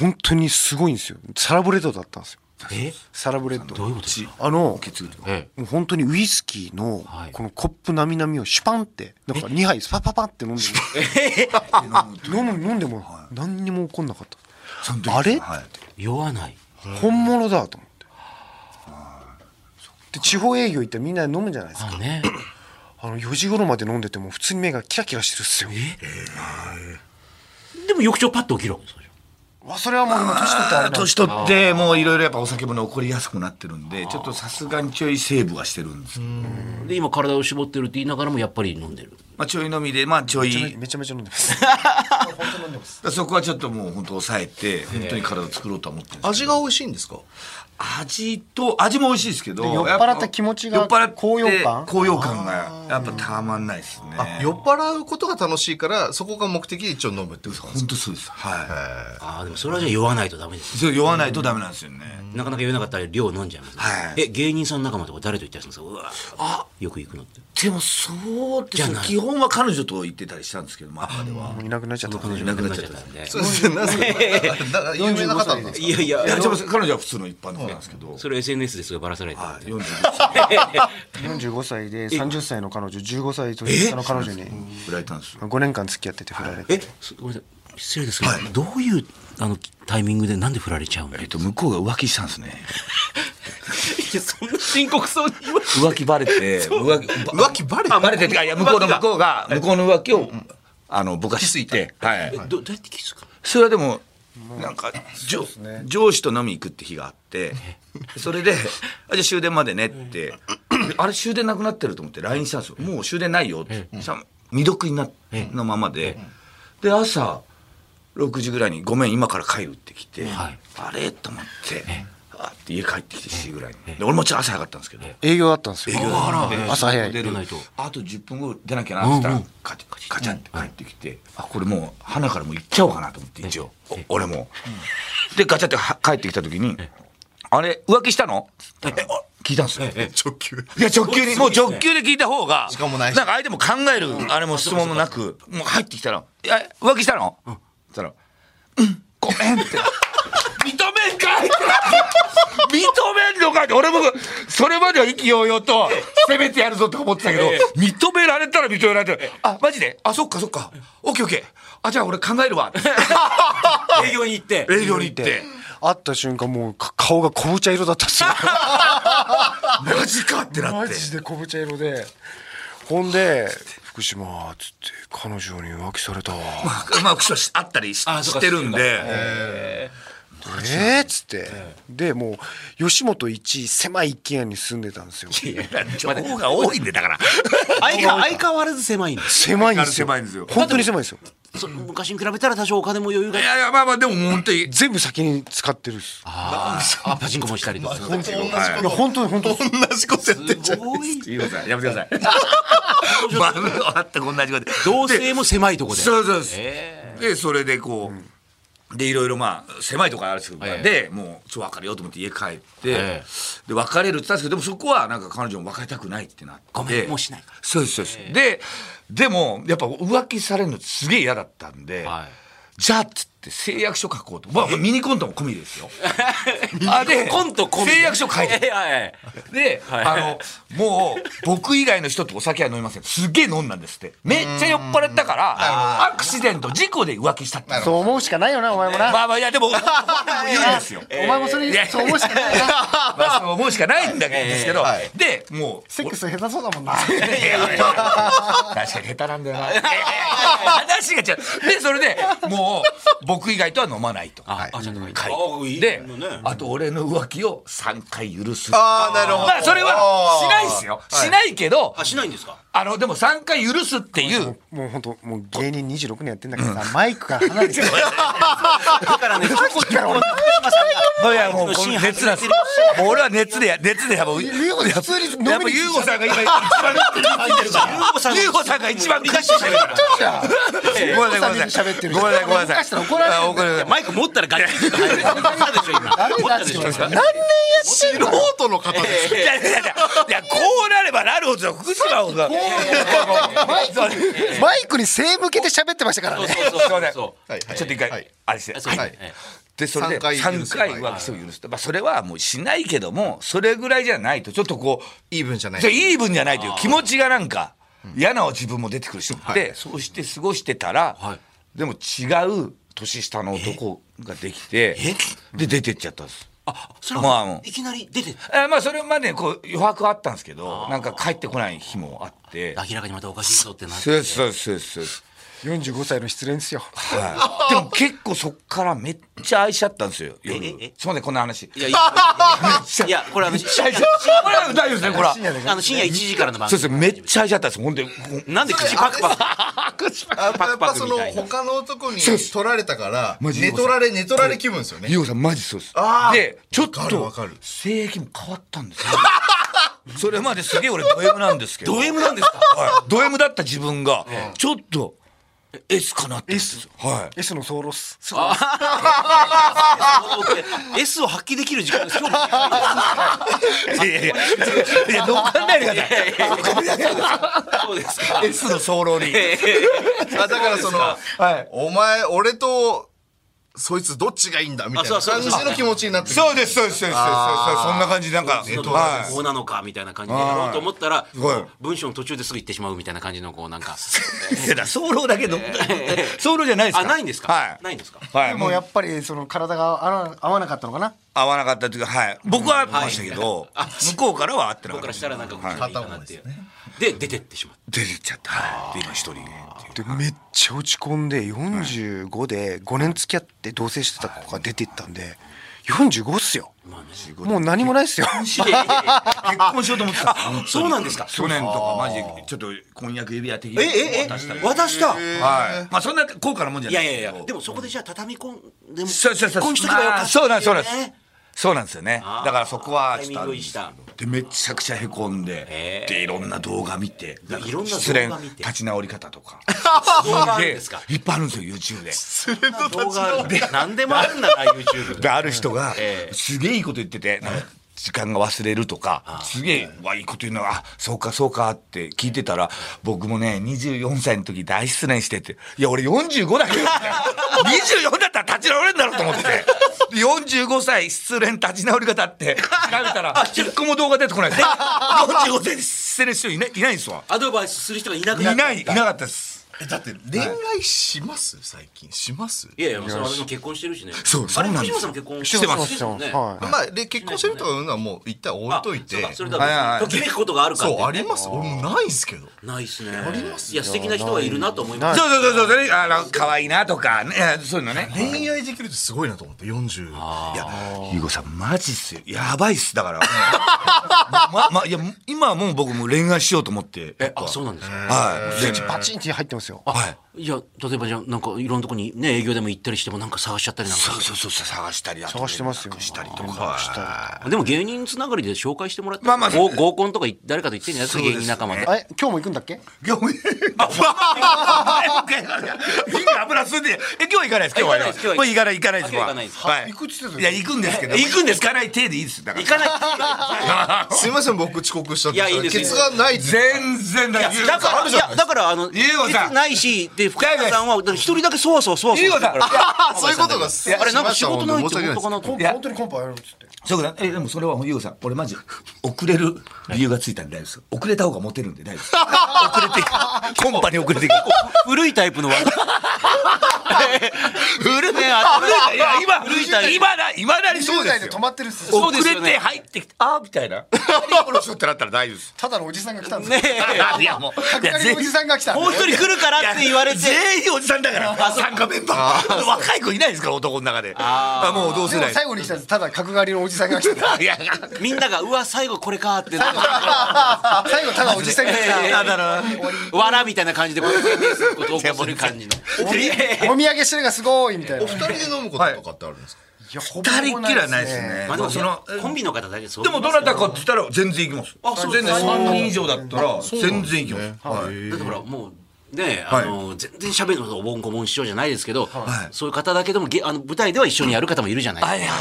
S4: 本当にすごいんですよサラブレッドだったんですよ
S3: え
S4: サラブレッド
S3: どういうことですか
S4: あの
S5: 血流とか
S3: え
S4: もう本当にウイスキーの
S3: はい
S4: このコップなみなみをシュパンってなんか2杯スパパパって飲んで飲む飲んでも何にも起こんなかった
S5: その時
S4: あれ
S5: はい
S3: え酔わない
S4: 本物だと思ってで地方営業行ったらみんな飲むじゃないですか
S3: あね
S4: あの4時頃まで飲んでても普通に目がキラキラしてるっすよ
S3: でも翌朝パッと起きるわけですよ
S4: わそれはもうでも年取ってあれなんで
S5: 年取ってもういろいろやっぱお酒もね起こりやすくなってるんでちょっとさすがにちょいセーブはしてるんですけど
S3: で今体を絞ってるって言いながらもやっぱり飲んでる
S5: まあちょい飲みでまあちょい
S4: めちゃめちゃ飲んでます本当飲んでます
S5: そこはちょっともう本当抑えて本当に体を作ろうとは思ってるんですけ
S2: 味が美味しいんですか
S5: ど味と味も美味しいですけど
S4: で酔っ
S5: やぱ
S4: 払った気持ちが
S5: 酔っ払って
S4: 高揚感
S5: 高揚感がやっぱたまんないですね
S2: あ酔っ払うことが楽しいからそこが目的で一応飲むってことなんです
S5: 本
S2: か
S5: 当そうですは
S3: ああでもそれはじゃあ酔わないとダメです
S5: いそれ酔わないとダメなんですよね
S3: なかなか酔えなかったら量飲んじゃいます、ね
S5: はい
S3: え芸人さん仲間とか誰と行ったりするんですかうわあよく行くのって
S5: でもそうで
S3: じゃ
S5: す
S3: ない
S5: 基本は彼女と行ってたりしたんですけどまあでは
S4: もういなくなっちゃったんで
S5: いなくなっちゃった
S3: んで
S2: そうですねなんすかだから有名な方なんですか
S3: いやいや
S5: いやでも彼女は普通の一般の方なんですけど
S3: それ SNS ですがバラされてるんで、
S5: 45
S4: 45歳で30歳の彼女15歳年下の彼女に
S5: 振られたんですよ
S4: 5年間付き合ってて振られて、
S3: えすごめんなさい失礼ですけど、どういうあのタイミングでなんで振られちゃうん
S5: えっと向こうが浮気したんですね
S3: そんな深刻そうに言わ
S5: 浮気バレ て浮気
S2: 浮気バレた
S5: あバレてってかいや向こうの向こうが向こうの浮気をあの僕は気づいてはい
S3: どどうやって気づくの
S5: それはでもなんか上上司と飲み行くって日があってそれで「あじゃあ終電までね」ってであれ終電なくなってると思って LINE したんですよ「もう終電ないよ」ってさ未読になっのままでで朝6時ぐらいに「ごめん今から帰る」って来て
S3: はい
S5: あれと思ってあって家帰ってきて7時ぐらいにで俺もちょっと朝早かったんですけど
S4: 営業だったんですよ朝早
S5: 出
S4: い
S5: る
S3: ないと
S5: あと10分後出なきゃなって言ったら、
S3: うんうん
S5: カチャカチャカチャって帰ってきて、あこれもう花からもう行っちゃおうかなと思って一応お俺も、でガチャっては帰ってきた時に「あれ浮気したの?」ってえあ聞いたんですよ、
S2: 直球
S5: いや直球にもう直球で聞いた方が
S2: 間もないし
S5: んか相手も考えるあれも質問もなくもう入ってきたら「いや浮気したの?」って言ったら「うんごめん」って「認めんかい!」って認めんのかいって俺もそれまでは意気揚々と攻めてやるぞとか思ってたけど認められたら認められたら「あマジであそっかそっかオッケーオッケーあじゃあ俺考えるわ」
S3: 営業に行って
S5: 営業に行って。
S4: 会った瞬間もうか顔が昆布茶色だったんですよ
S5: マジかってな
S4: マ
S5: って
S4: ジで昆布茶色でほんで「福島」っつって「彼女に浮気されたわ」
S5: まあ口はしあったりし
S3: あそう
S5: し
S3: か
S5: てるんで
S4: えーっつってでもう吉本一狭い一軒家に住んでたんですよ
S5: いや情報が多いんでだから
S3: 相変わ相変わらず狭いんです
S4: 狭いんですよ
S5: 狭いんですよ
S4: 本当に狭いんですよ
S3: そ昔に比べたら多少お金も余裕が
S5: いやいやまあまあでも本 当に
S4: 全部先に使ってるっす
S3: あーあパチンコもした りとか
S2: 同じこ
S4: いや本当に本当に
S2: と同じことやってんじゃん
S3: 多い
S5: 飯尾さんやめてくださいまあ全く同じことで
S3: 同性も狭いとこで
S5: そうそうです
S3: え
S5: でそれでこう、でいろいろまあ狭いとこあるんですけど、
S3: ええ
S5: でもうちょっと別れようと思って家帰って、
S3: え
S5: で別れるって言ったんですけどでもそこはなんか彼女も別れたくないってなって
S3: ごめんもうしないから
S5: そうですそうです、ででもやっぱ浮気されるのすげえ嫌だったんで、
S3: は
S5: じゃあっつって誓約書書こうと、まあ、ミニコントも込みです よあで
S3: コント込みで
S5: 誓約書書いて
S3: いやいやいや
S5: で、
S3: はい
S5: あのもう僕以外の人とお酒は飲みませんすげえ飲んだんですってめっちゃ酔っ払ったからアクシデント事故で浮気したって
S4: そう思うしかないよなお前もな
S5: まあまあいやでも これも言うんですよ、
S4: お前もそ
S5: いや
S4: れそう思うしかないよな
S5: まあ、そう思うしかないんだけですけど、でもう
S4: セックス下手そうだもんな
S5: いやいやいや確かに下手なんだよないやいやいや話が違うでそれでもう僕以外とは飲まないと
S3: ああちゃんと書いて
S5: 書いてであと俺の浮気を3回許す
S2: ああなるほど
S5: まあそれはしないですよしないけど
S3: あしないんですか
S5: あのでも3回許すっていう
S4: もう本当もう芸人26年やってんだけどさマイクから離れて
S3: だからね、そこから俺、
S5: いやもうこの熱なんですよもう俺は熱でや熱でやっぱ
S4: 優子普通に飲みに
S5: やっぱユーゴさんが今一番ユーゴさんが一番歌詞してるからごめんなさいごめんなさい
S4: 喋ってる
S5: ごめんなさいごめんな
S4: 動かしたら
S5: さい
S4: 怒られる
S5: あ怒られる
S3: マイク持ったらガチッと入る。持ったでしょ、今。持ったでしょ。
S4: 何
S2: 素人の方です
S5: いやいやいやいやこうなればなるほど福島をさ
S4: マイクマイクに背向けて喋ってましたから
S3: そう
S4: ね
S3: そうそうそう。
S5: そ
S2: はいはい
S5: ちょっと一
S2: は
S5: 回
S2: い
S5: あれして
S3: あそう
S5: は
S3: はい
S5: いでそれで
S2: 三回許
S5: 3
S2: す
S5: 回浮気しても許すとまあそれはもうしないけどもそれぐらいじゃないとちょっとこう
S2: イーブンじゃない
S5: じゃあイーブンじゃないという気持ちがなんか嫌な自分も出てくるし、でそうして過ごしてたら、
S3: はい
S5: でも違う年下の男ができてで出てっちゃったんです。
S3: あ、それ
S5: まあも
S3: は
S5: う
S3: いきなり出て、
S5: あまあそれまでこう余白はあったんですけどなんか帰ってこない日もあって
S3: 明らかにまたおかしいぞってなって。
S5: そうそうそうそう、
S4: 45歳の失恋ですよ
S5: はい、でも結構そっからめっちゃ愛しちゃったんですよ夜
S3: えええ
S5: すいませんこんな話
S3: いや、いやいや、これあの、深夜
S5: これは大丈夫ですねこれはそう
S3: あの深夜1時からの番
S5: で
S3: 組。
S5: すめっちゃ愛しちゃったんですほんでもう
S3: なんで口パクパク。
S2: やっ
S3: パクパ
S2: ぱ
S3: ク
S2: そ
S3: み
S2: の
S3: たいな
S2: 他の男に取られたから
S5: マジで
S2: 寝取られ寝取られ気分ですよね
S5: ゆうごさんマジそうです
S2: あー
S5: でちょっ
S2: わかる
S5: と
S2: わかる
S5: 性癖も変わったんですよそれまですげえ俺ド M なんですけど
S3: ド M なんですか
S5: はいド M だった自分がちょっと S かなって
S4: S
S5: はい
S4: S のソーロス
S3: S を発揮できる時間が今日
S5: いやいやいやいや乗っかんないでください
S3: そうですか。
S5: S の早漏に
S2: あだからその
S5: はい
S2: お前俺とそいつどっちがいいんだみたい
S3: あ
S2: な
S3: そう
S2: 感
S3: そう
S2: じ
S3: そう
S2: の気持ちになってくる
S5: そうですそうですそうですそうですそんな感じなんか
S3: の
S5: はい
S3: こうなのかみたいな感じでやろうと思ったら
S5: はい
S3: 文章の途中ですぐ行ってしまうみたいな感じのこうなんか
S5: いやだ早漏だけど早漏じゃないですか
S3: あないんですか、
S5: はい
S3: ないんですか
S5: はい
S4: もうやっぱりその体が合わ合わなかったのかな
S5: 合わなかったというかはい僕は合ってましたけど 向こうからは合ってなか
S3: 僕か
S5: った
S3: らしたらなんかこっち
S5: はい
S3: の方がいいかなっていう、で出てってしまった
S5: 出てっちゃったはいで今一人でって
S4: で
S5: いう
S4: めっちゃ落ち込んで45で5年付き合って同棲してた子が出ていったんで45っすよもう何もないっすよ
S5: 結婚しようと思ってたんですよ
S3: そうなんですか
S5: 去年とかマジでちょっと婚約指輪的に
S3: えええ
S5: 渡したり
S3: 渡した、
S5: はいまあそんな高価なもんじゃ
S3: い
S5: な
S3: や
S5: い
S3: いやいやでもそこでじゃあ畳み込んでも
S5: そうそうそう
S3: 結婚しとけばよかった
S5: まあそうなんですそうなんです
S3: ね
S5: そうなんですよねだからそこは
S3: タイ
S5: ち
S3: ミ
S5: ょっ
S3: ン
S5: とあ
S3: グを
S5: るん
S3: し
S5: ですけ
S3: た
S5: どでめちゃくちゃへこんで
S3: へー
S5: でいろんな動画見てなんか
S3: いろんな動画見て
S5: 失恋立ち直り方とか
S3: 動画あるんですか
S5: いっぱいあるんですよ YouTube で
S3: 動画で何でもあるんだな YouTube
S5: で
S3: で
S5: ある人が
S3: ええ
S5: すげえいいこと言っててなんか時間が忘れるとかすげえわいいこと言うのあそうかそうかって聞いてたら僕もね24歳の時大失恋してっていや俺45だけど24だったら立ち直れるんだろうと思ってで45歳失恋立ち直り方って調べたら1個も動画出てこないです45歳で失恋してる人いないいないんですわ
S3: アドバイスする人がいなく
S5: い
S3: な
S5: な
S3: った
S5: いいなかったです
S2: えだって恋愛します最近します
S3: いやいや、それ私も結婚してるしね。
S2: そう
S3: あ
S2: そう
S3: れ、
S2: なん
S3: 藤
S2: です
S3: 本さんも結婚
S5: してます
S3: ですもんね。
S4: は
S2: まあで結婚してるとかいうのはもう一旦置いといて
S3: あそうかそれと
S5: はいはい
S3: は
S5: はい
S3: 別にときめくことがあるか
S2: そうあ
S3: ら、ね。
S2: ります俺もないですけど
S3: ないっすね。ありますいや、素敵な人はいるなと思い
S5: そ
S3: ま
S5: う
S3: す。
S5: そうそうそうねあの可愛いなとかねそういうのね
S2: 恋愛できるってすごいなと思って40いや
S5: ゆうごさんマジっすよやばいっすだからままいや今はもう僕も恋愛しようと思ってえ
S3: あ、そうなんですか。
S5: はい全部
S4: い。バチンって入ってますよ。
S3: いや、例えばじゃあ、なんかいろんなとこにね、営業でも行ったりしても、なんか探しちゃったりなんか。
S5: そうそうそう探したりだとか
S4: 探してますよ
S5: 連絡したりとか
S4: はいした
S3: でも芸人つながりで紹介してもらって、
S5: まあまあ
S3: 合合コンとかい誰かと言ってんやつ芸人仲間で。
S4: りえ今日も行くんだっけ？
S5: 業務みんな油吸んでえ今日は行かないです今日
S3: あ行か
S5: は
S3: ないです今日は行かない
S5: もう行かない行かないです
S3: 今日は行かないです
S5: はい
S4: 行くっつってた
S5: いや行くんですけど行くんですかない手でいいですだから
S3: 行かない。
S2: すいません僕遅刻しちゃって
S3: いやいいです
S2: ケツがないです
S5: 全然だ
S3: だから、いや、だから、あの、
S5: ゆうごさん
S3: 別にないし、で、深谷さんは、だから一人だけそわそわそわそ
S5: ゆうご
S3: わ。
S5: さん
S2: あそういうことが
S3: いやあれ、なんか仕事ないって
S2: 申し
S3: 本当
S2: 訳
S3: か
S2: ない
S3: なと思って。
S5: や
S4: 本当にコンパやるっつって。
S5: そうだえでもそれはゆうごさん俺マジ遅れる理由がついたんで大丈夫です遅れた方がモテるんで大丈夫です遅れてコンパに遅れてくる
S3: 古いタイプの悪い。古いね、あ
S5: いや今
S3: 古いタイプ。
S5: 今だ今だにそ
S4: 10
S5: うで
S4: 代
S5: す
S4: で
S5: よ
S4: 止まってるっす。
S3: そうで
S5: 遅
S3: す
S5: れ
S3: よね
S5: て入ってきてあーみたいな何この人ってなったら大丈夫です
S4: ただのおじさんが来たんですよ。
S3: ね
S5: いやもう
S4: 角刈りのおじさんが来たんで
S3: もう一人来るからって言われて。
S5: 全員おじさんだから参加メンバー若い子いないですから男の中であもう同
S4: で
S5: 世
S4: も
S5: 代
S4: 最後に来たんですただ角刈りのおじさん が来た
S5: いやいや
S3: みんなが、うわ、最後これかってなって、
S4: 最後ただおじさんが来た
S5: あだな
S3: わらみたいな感じで、こう、SNS にこう投稿する感じの。
S4: お土産してるがすごいみたいな
S2: お二人で飲むこととかってあるんですか
S5: 二人っきりはないですね
S3: まあでも
S5: その
S3: コンビの方大体そう
S5: で
S3: 言い
S5: も
S3: ます
S5: ど
S3: よ
S5: なたかって言ったら全然行き
S3: あ
S5: ます
S3: そう
S5: 全然3人以上だったら全然行きますはい
S3: だってほらもうねあの、全然喋るのおぼんこぼん師匠じゃないですけど、そういう方だけでもげあの舞台では一緒にやる方もいるじゃないですか。
S5: いや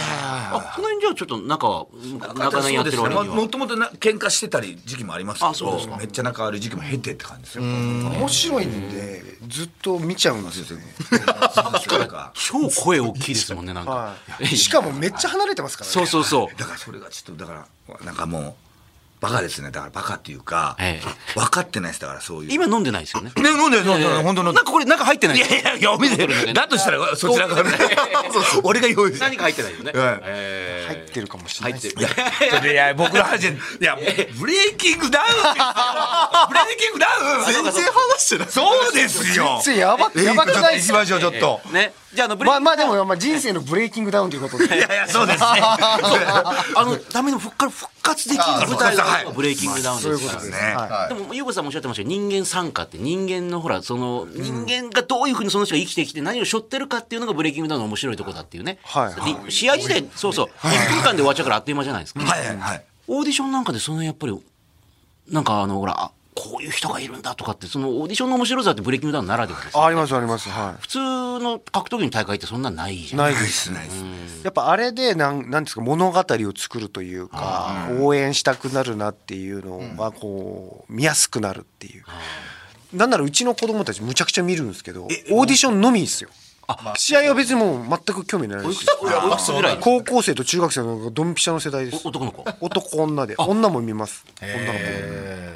S3: あこの辺じゃあちょっと仲は仲
S5: そ
S3: のや
S5: う
S3: っ
S5: で
S3: て
S5: す
S3: る割
S5: ねまあ
S3: には。
S5: もともとな喧嘩してたり時期もあります
S3: あ
S5: け
S3: そうです
S5: ど
S3: か
S5: めっちゃ仲悪い時期も経てって感じです よ
S4: 面白いんでずっと見ちゃうんですよ
S5: なんか
S3: 超声大きいですもんねなんか。
S4: しかもめっちゃ離れてますから
S3: そうそうそう。
S5: だからそれがちょっとだからなんかもうバカですねだからバカっていうか
S3: ええ
S5: 分かってないですだからそういう
S3: 今飲んでないですよね。
S5: ね、飲んでる、飲んでる、本当飲
S3: なん
S5: んで
S3: か
S5: る。
S3: これなんか入ってない
S5: い。やいやいや、お店だとしたら、そちらから ね。そうそう 俺が用意して。
S3: 何か入ってないよね。
S5: はい
S3: え
S4: 入ってるかもし
S3: ー
S4: れ
S3: 入
S4: ない
S3: っ
S4: です
S3: てる。
S5: それいや、僕の話じゃ、いや、ブレイキングダウンですよ。ブレイキングダウン。全然話してない。そうですよ。
S4: ついやば
S5: えー
S4: やばくないです
S5: ちょっと行きましょう、ちょっと。
S3: ね。じゃああのブレ
S4: まあ
S3: イ
S4: まあでもまあ人生のブレイキングダウンということ
S5: い
S4: で
S5: やいや、そうですね。
S3: あのダメの復活復活できる舞台だからブレイキングダウンです
S4: そ
S3: よ
S4: ういうことです
S5: ね
S4: は
S3: でも、ゆうこさんもおっしゃってましたけど、人間参加って、人間のほら、その、人間がどういうふうにその人が生きてきて、何を背負ってるかっていうのがブレイキングダウンの面白いとこだっていうね。
S4: はいはい
S3: で試合自体、そうそう、1分間で終わっちゃうからあっという間じゃないですか。
S5: はい、はい。
S3: オーディションなんかで、そのやっぱり、なんかあの、ほら、あこういう人がいるんだとかって、そのオーディションの面白さってブレイキングダウンならではです。
S4: いありますありますは
S3: 普通の格闘技の大会ってそんなないじ
S4: い
S3: ゃん。
S4: ない
S5: ナ
S4: で
S5: イ
S4: す
S5: ス、ナイス。
S4: やっぱあれでなんなんですか物語を作るというか応援したくなるなっていうのはこう見やすくなるっていう。なんならうちの子供たちむちゃくちゃ見るんですけどオーディションのみですよ。試合は別にもう全く興味ないですし
S3: おいくつぐらい
S4: 高校生と中学生のドンピシャの世代です
S3: お男の子。
S4: 男女で女も見ます女の子も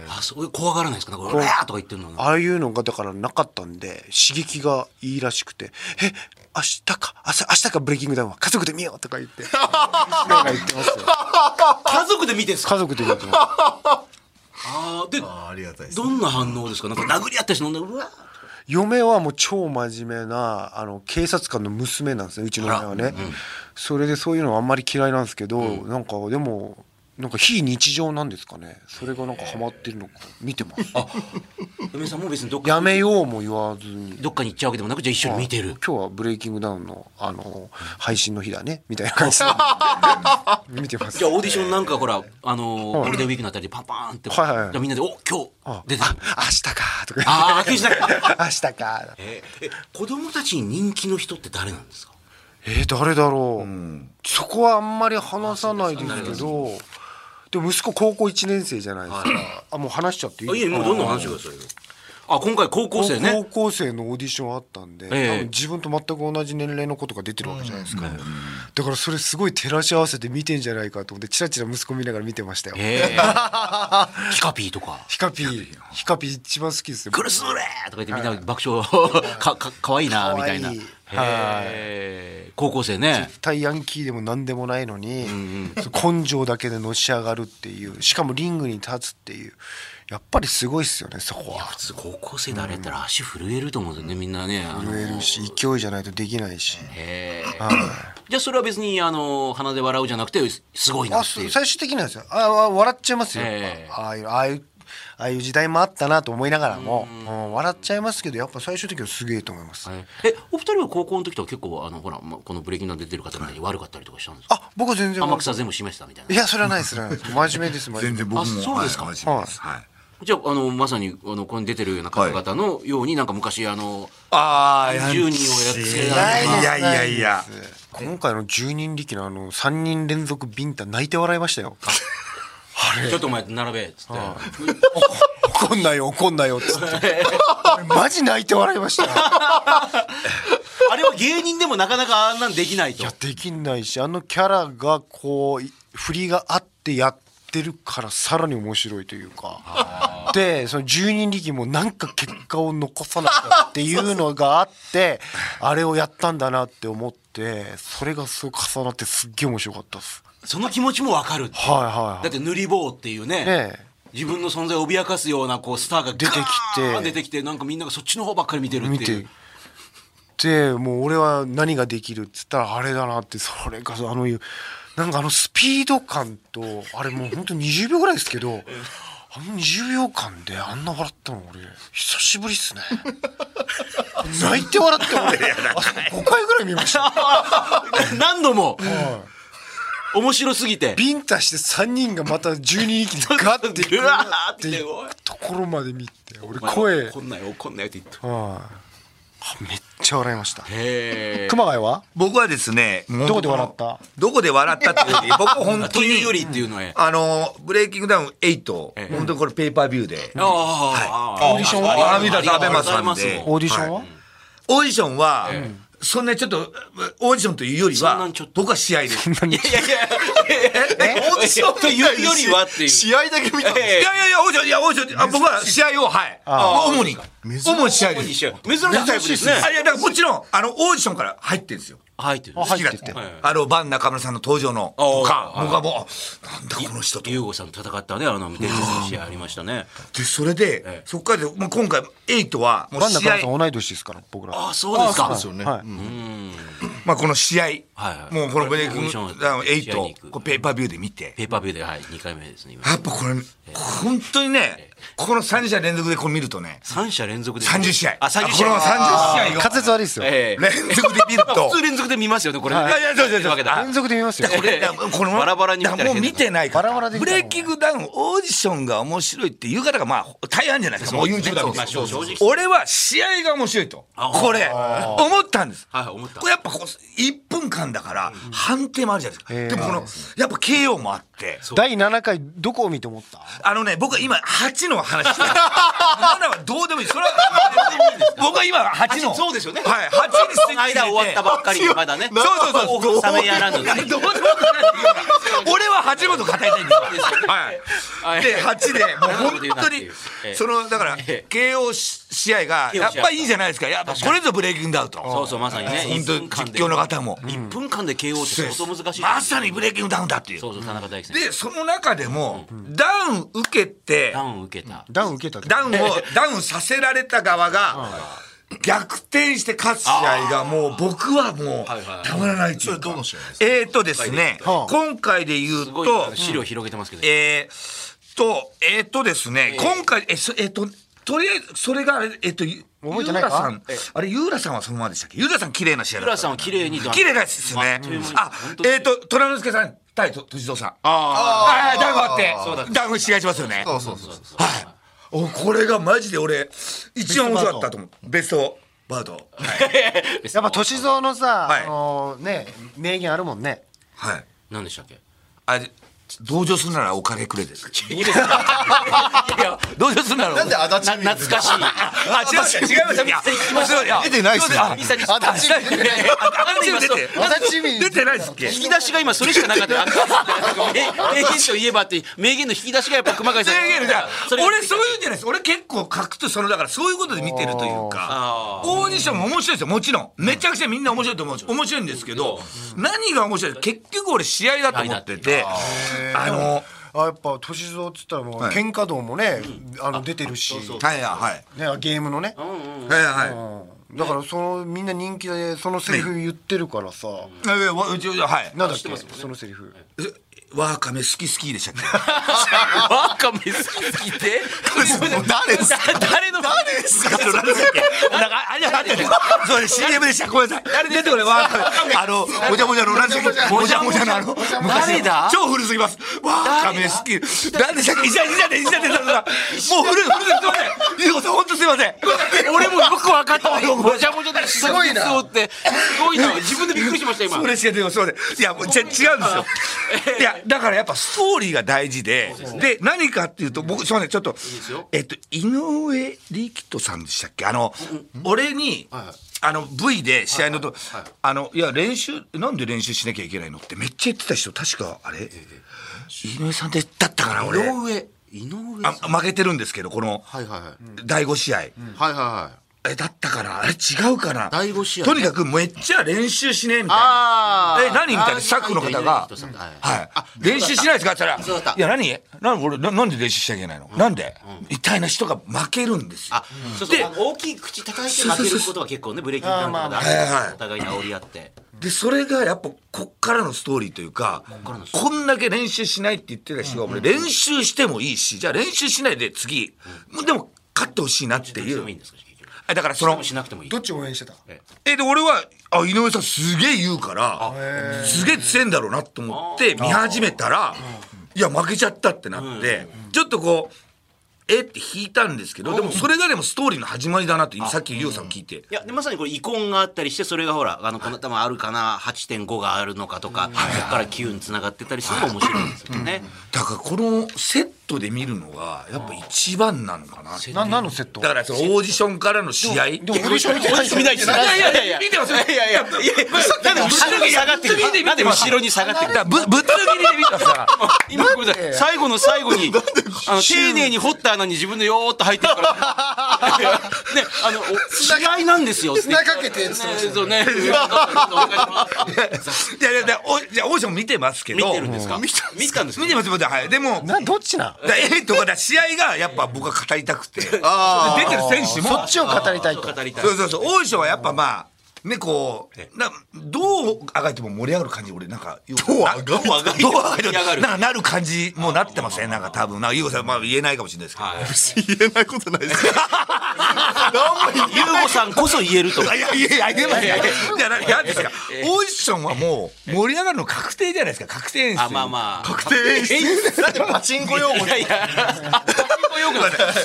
S3: あ、そういう怖がらないですかなんか、うわーとか言ってるの。
S4: ああいうのがだからなかったんで刺激がいいらしくて「え明日か明日明日かブレイキングダウンは家族で見よう」とか言って なんか言ってますよ
S3: 家族で見てんすか
S4: 家族で見てます
S3: あーで、
S2: あありがたいです
S3: どんな反応ですかなんか殴り合ったりして、うわー
S4: 嫁はもう超真面目なあの警察官の娘なんですねうちの嫁はね、それでそういうのはあんまり嫌いなんですけど、なんかでもなんか非日常なんですかねそれがなんかハマってるのか見てます
S3: 嫁さんも別にどっか
S4: やめようも言わずに
S3: どっかに行っちゃうわけでもなくじゃあ一緒に見てる
S4: 今日はブレイキングダウンのあの配信の日だねみたいな感じ で見てます
S3: じゃあオーディションなんかほらあのーゴールデンウィークのあたりでパンパーンってじ
S4: はいはい
S3: ゃあみんなで「お今日出てる
S4: 明日かとか言って
S3: ああ明日か
S4: 明日か
S3: ええ子供たちに人気の人って誰なんですか
S4: えー、誰だろう、そこはあんまり話さないですけどでも息子高校1年生じゃないですかあもう話しちゃってい
S3: あい
S4: い
S3: えもうどんどん話してくださいよあ今回高校生
S4: 高
S3: ね
S4: 校生のオーディションあったんで、
S3: ええ
S4: 多分自分と全く同じ年齢の子とか出てるわけじゃないですか、だからそれすごい照らし合わせて見てんじゃないかと思ってチラチラ息子見ながら見てましたよ、
S3: ええ ヒカピーとか
S4: ヒカピーヒカピー一番好きで
S3: 「
S4: すよ
S3: クルスーレ!」とか言ってみんな爆笑かかかわいいなみたいな
S4: かわいい
S3: へえ高校生ね
S4: 対ヤンキーでも何でもないのに、根性だけでのし上がるっていうしかもリングに立つっていうやっぱりすごいっすよねそこは
S3: 普通高校生であれやったら足震えると思うんですよねみんなねあの
S4: 震えるし勢いじゃないとできないし、
S3: へえ
S4: はい
S3: じゃあそれは別にあの鼻で笑うじゃなくてすごいな
S4: あ
S3: ってい
S4: そうう最終的にはですよああ笑っちゃいますよ、
S3: ええ
S4: ああいうああいうああいう時代もあったなと思いながらも、うん笑っちゃいますけどやっぱ最終的にはすげえと思います、
S3: はいえお二人は高校の時とか結構あのほら、ま、このブレーキングダウン出てる方みたいに悪かったりとかしたんですか
S4: あ僕は全然
S3: 天草全部示したみたい
S4: い
S3: な
S4: やそれはないですね真面目です真面
S5: 全
S4: 目
S5: 然僕も
S3: あそうですか
S5: はい、真面目ですはい
S3: じゃああのまさにあのここに出てるような方々のように、なんか昔あの
S5: ああ、
S3: 10人をやっつけ
S5: な
S3: たり
S5: いい
S3: とか
S5: やいやいや。
S4: 今回の10人力のあの3人連続ビンタ泣いて笑いましたよ
S3: ちょっとお前並べっ つって、
S4: 怒んないよ怒んないよっつって 俺マジ泣いて笑いましたよ
S3: あれは芸人でもなかなかあんなんできない
S4: い
S3: と
S4: やできないしあのキャラがこうい振りがあってやってるからさらに面白いというかでその十人力もなんか結果を残さなきゃっていうのがあってあれをやったんだなって思ってそれがすごい重なってすっげえ面白かったです
S3: その気持ちもわかるって
S4: はいはい
S3: だって塗り棒っていうね
S4: ねえ
S3: 自分の存在を脅かすようなこうスターが
S4: 出てきて
S3: ガーン出てきてなんかみんながそっちの方ばっかり見てる
S4: 見
S3: っていう
S4: てでもう俺は何ができるっつったらあれだなってそれがあのなんかあのスピード感とあれもうほんと20秒ぐらいですけどあの20秒間であんな笑ったの俺久しぶりっすね泣いて笑って俺5回ぐらい見ました
S3: 何度も面白すぎて
S4: ビンタして3人がまた12人にガッて
S3: うわーって
S4: い
S3: ね
S4: う
S3: おい
S4: ところまで見て俺声
S3: こんなよこんなよって言って
S4: はいめっちゃ笑いました
S3: へえ
S4: 熊谷は
S5: 僕はですね、もう
S4: どこで笑った
S5: どこで笑ったっていう より、僕本当
S3: という
S5: に
S3: よ、りっていうのへ
S5: あの、ブレイキングダウン
S3: え
S5: 8、
S3: え
S5: 本当にこれペーパービューで、
S3: ああ
S5: オーディションはアベマさんで
S3: ありがとうございます
S4: オーディションは、
S5: オーディションは
S3: ええ、
S5: そんなちょっと、オーディションというより
S3: そんな
S5: は
S3: にちょっと、
S5: 僕は試合です。い
S3: いやいやいやいや
S2: オーディション
S3: というよりはっていう
S2: 試合だけ見たんです
S5: やいやいや、オーディション、いや、オーディションあ、僕は試合を、はい。主に、主に試合で
S3: 珍
S5: す。
S3: しいタイプですね
S5: あいや、だからもちろん、あの、オーディションから入ってるんですよ。
S3: 入ってる
S5: 好きだっ
S4: 入って
S5: て
S4: て
S3: はい。
S5: あの、バン中村さんの登場の、とか
S3: あ、ー
S5: 僕はもう、なんだこの人と。
S3: 優吾さんと戦ったねあの伝説の試合ありましたね
S5: でそれで、
S3: ええ
S5: そっからで、もう今回エイトはもう
S4: バンダ
S5: 試
S4: カ
S5: 合
S4: ラさん同い年ですから僕ら
S3: ああそうですか
S2: よね
S4: はい
S5: まあこの試合、
S3: はい
S5: もうこのブレイ
S3: オ
S5: ク
S3: ーディション
S5: ダウンエイ
S3: 試合に行く
S5: トこうペーパービューで見て
S3: ペーパービューではい2回目ですね今
S5: やっぱこれ本当にねこの3試合連続でこれ見るとね
S3: 3者連続で
S5: 30試合
S3: あ30
S5: こ
S3: 試
S5: の
S3: 合
S5: 30試合を
S4: 滑舌悪いですよ、
S3: ええ
S5: 連続で見る と
S3: 普通連続で見ますよねこれね
S5: いやいやそうそうそう
S3: わけだ
S4: 連続で見ますよ
S5: いやこの
S3: バラバラに見
S5: だ
S3: た
S5: かららもう
S3: 変だ
S5: 見てないから
S4: バラバラで見
S5: ブ
S4: たら
S5: レイキングダウンオーディションが面白いっていう方がまあ大半じゃないですかもう YouTube だみたいな
S3: そうそうそう正
S5: 俺は試合が面白いと
S3: あ
S5: これ思ったんです
S3: はい思った
S5: これやっぱこう1分間だから判定もあるじゃない
S4: へー
S5: ですかでもこのやっぱ KO もあって
S4: 第7回どこを見て思った
S5: あのね、僕は今、8の話 してる。7はどうでもいい。それは、僕は今、8の。
S3: 八そうですよね
S5: はい、8にスイ
S3: この間終わったばっかりまだね
S5: そうそうそう。
S3: 興奮冷めやらぬね
S5: どうでもいい俺は8のこと語りたいんだよ
S3: は
S5: はいい。で、8で、もう本当
S3: え
S5: に
S3: え、
S5: その、だから、
S3: え
S5: KO 試合が、
S3: KO
S5: やっぱいいじゃないですか。やっぱ、これぞブレイキングダウンと。
S3: そうそうまさにね
S5: 本当
S3: 一分間で
S5: 実況の方も。
S3: 1分間で KO って相当難しい
S5: まさにブレイキングダウンだっていう。
S3: そうそう田中大輝選
S5: で、その中でも、ダウン受けて、
S3: 手ダウン受けた
S4: ダウン受けたって
S5: ダウンを、 ダウンさせられた側が、逆転して勝つ試合がもう僕はもう
S3: はいはい
S5: たまらないと
S2: そ
S5: い
S2: れ
S5: うか
S2: どの試合ですか
S5: えーとですね、
S4: はあ
S5: 今回で言う
S3: すごい
S5: と、
S3: 資料広げてますけ ど
S5: えーと、えーとですね、今回、え、そえーと、とりあえず、それが、えっと、ゆ
S4: 覚え
S5: ゆ
S4: て
S5: う
S4: ない
S5: ら
S4: か
S5: さん、あれ、ゆうらさんはそのままでしたっけゆうらさん綺麗な試合だ
S3: 浦
S5: った。
S3: さんは綺麗にダウン
S5: 綺麗ですね
S3: という間に。
S5: あ
S3: 本、当に
S5: えっと、虎之助さん対と歳三さん。
S3: あ
S5: ああ、ダウンあって
S3: そうだ、
S5: ダウン試合しますよね。
S2: そうそうそうそう
S5: はい。おこれがマジで俺一番面白かったと思う。ベストバード。はい。
S4: やっぱ歳三のさ、
S5: はい
S4: あのね名言あるもんね
S5: はい。
S3: あ何でしたっけ
S5: あれ同情するならお金くれです。いや、同情するなら。
S2: なんで足立区
S3: 懐かしい。
S5: あ、違う違う違います。いや、
S2: 出てないっすよ
S5: あ、足立区出てない。足立区出て
S2: 足立
S5: 出てないっすっけ
S3: 引き出しが今それしかなかった。名言といえばって名言の引き出しがやっぱ熊谷さん。
S5: 制限じゃあ
S3: それ
S5: 俺そういうんじゃないです俺結構書くとそのだからそういうことで見てるというかオーディションも面白いですよもちろんめちゃくちゃみんな面白いと思う面白いんですけど何が面白い結局俺試合だと思っててあの
S4: あやっぱ歳三っつったらもう
S5: はい
S4: 喧嘩道もね、あの出てるし、
S5: はいはい
S4: ね、ゲームのね、
S5: はいは
S4: だからそのみんな人気でそのセリフ言ってるからさ、
S5: いはいやわうちうちはい
S4: なんだっけ、そのセリフ
S5: えワーカメ好き好きで したっけ
S3: ワカメ好き好きで。
S2: 誰ですか
S3: 誰の誰ですか。
S5: なんだっけなんかあれあれそれ CM でしたごめんなさい出てこれワーカメあのもじゃもじゃの同じもじゃもじゃのあの
S3: 誰だ。
S5: 超古すぎます。わあ、亀好き。なんでしたっけ、いじゃいじゃで、いじゃで、いじゃで、もう 古い、古い、すいません。ゆうこさん、本当すいません。
S3: 俺もよく分かったわ。ごちゃごちゃで。すごいな。ってすごいな。自分でびっくりしました今。
S5: 嬉しいですいません。いや、もう、じゃ、違うん ですよ。いや、だから、やっぱストーリーが大事で、で、何かっていうと、僕、すいません、ちょっと。えっと、井上力人さんでしたっけ、あの、俺に。あの V で試合のと、あのいや練習なんで練習しなきゃいけないのってめっちゃ言ってた人確かあれ井上さんでだったかな俺
S6: 井上井上
S5: あ負けてるんですけどこの
S6: はいはいはい
S5: 第5試合、
S6: はいはいはい
S5: えだったかなあれ違うかな
S6: 第五試合
S5: とにかくめっちゃ練習しねえみたいな
S6: あー
S5: え何みたい
S6: あー
S5: なスタッフの方が
S6: いいねいいね
S5: 「はい、練習しないですか?」って言った
S6: そうだっ
S5: ら「
S6: た
S5: いや何なん俺ななんで練習しちゃいけないの、なんで?」みたいな人が負けるんですよ。
S3: そうそう大きい口叩いて負けることは結構ねブレーキングダウンとかであるんですけどお互いに煽り合って
S5: でそれがやっぱこっからのストーリーというかこんだけ練習しないって言ってた人が俺練習してもいいしじゃあ練習しないで次、でも勝ってほしいなってい
S3: で
S5: う
S3: もいいんですか結局
S5: あだからその
S3: しなくてもいい
S4: どっち応援してた
S5: えで俺はあ井上さんすげえ言うからすげえ強えんだろうなと思って見始めたらいや負けちゃったってなってちょっとこうえって引いたんですけどでもそれがでもストーリーの始まりだなってさっきゆうさん聞いて
S3: いやでまさにこれ遺恨があったりしてそれがほらあのこの頭あるかな8.5があるのかとかそこから9につながってたりするのも面白いんですよね。
S5: だからこのセットで見るのがやっぱ一番なのかなって
S4: な何のセット
S5: だからそのオーディションからの試合
S4: でもオーディション見てない
S3: 見ないです。いやいやいやいや。
S5: 見てますよ
S3: いやいやいや。なんで後ろに下がってくる。なんで後ろに下がってくる。
S5: だからぶぶっつ切りで見てま すから
S3: 今ごめんなさい。最後の最後にあの丁寧に掘った穴に自分でよーっと入ってく から。ねあのお違いなんですよ。
S4: つなかけてっつってました
S3: そうね。お願いし ます
S5: いやいやいやおじゃあオーディション見てますけ
S3: 見
S5: ど
S3: てるんですか。見たんですか
S5: 見。てます見てますはいでも
S4: などっちなん
S5: だえとかだ試合がやっぱ僕は語りたくて出てる選
S4: そ
S5: 手も
S4: っちを語りたいと
S3: 語りたい
S5: そうそうそう大将はやっぱまあねこうなどうあがいても盛り上がる感じ俺なんかどうあがどうあがいても
S3: 盛り上がる
S5: なんかなる感じもうなってますねなんか多分なんか優子さんまあ言えないかもしれないですけど、
S2: 言えないことないですよ何も言え
S3: ユーゴさんこそ言えると。
S5: いやいやいや、言えますよ。いや、ななんですか。オーディションはもう、盛り上がるの確定じゃないですか。確定演出。
S3: あまあまあ。
S2: 確定演出なんでパチンコ用語
S3: いやいや。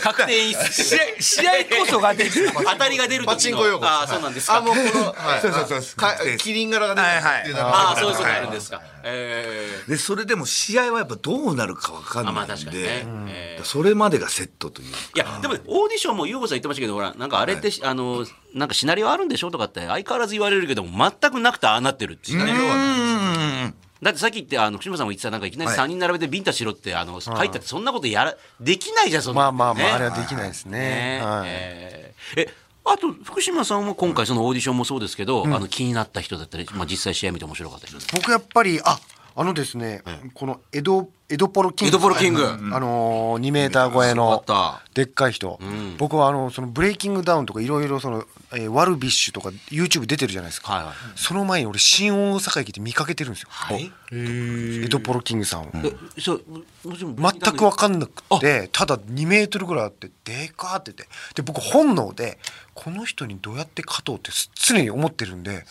S3: 確定演出。
S5: 試合、 試合こそが出てる。
S3: 当たりが出る時の
S2: パチンコ用語
S3: ああそうなんですか
S2: あもうこの、はい、
S5: そうそうそうそう
S2: かキリン柄が出てるっていうのが
S3: ああそういうことあるんですかええ
S5: で、それでも試合はやっぱどうなるかわかん
S3: あまあ
S5: ない
S3: 確か
S5: ん
S3: に
S5: で
S3: ね、ええ
S5: それまでがセットという。
S3: いやでもねオーディションも優子さん言ってましたけどほらなんかあれってあのなんかシナリオあるんでしょとかって相変わらず言われるけども全くなくてああなってるっていうね
S5: うん。
S3: だってさっき言ってあの串本さんも言ってたなんかいきなり3人並べてビンタしろってあの書いてあってそんなことやらできないじゃんそん
S4: ま
S3: な
S4: あ
S3: の
S4: まあま
S3: ね
S4: ああれはできないですね
S3: ね
S4: はい
S3: えーえあと福島さんは今回そのオーディションもそうですけど、あの気になった人だったり、まあ、実際試合見て面白かった人
S4: 僕やっぱりああのですね、この江戸江戸ポロキング
S3: 江戸ポロキング
S4: うんあのー、2メーター超えの
S3: すごかっ
S4: でっかい人、僕はあのそのブレイキングダウンとかいろいろその、えー、ワルビッシュとか YouTube 出てるじゃないですか、
S3: はいはい
S4: その前に俺新大阪駅で見かけてるんですよ、江戸ポロキングさんを、
S3: えそうもちろん
S4: 全く分かんなくてただ2メートルぐらいあってでかーっててで僕本能でこの人にどうやって勝とうって常に思ってるんで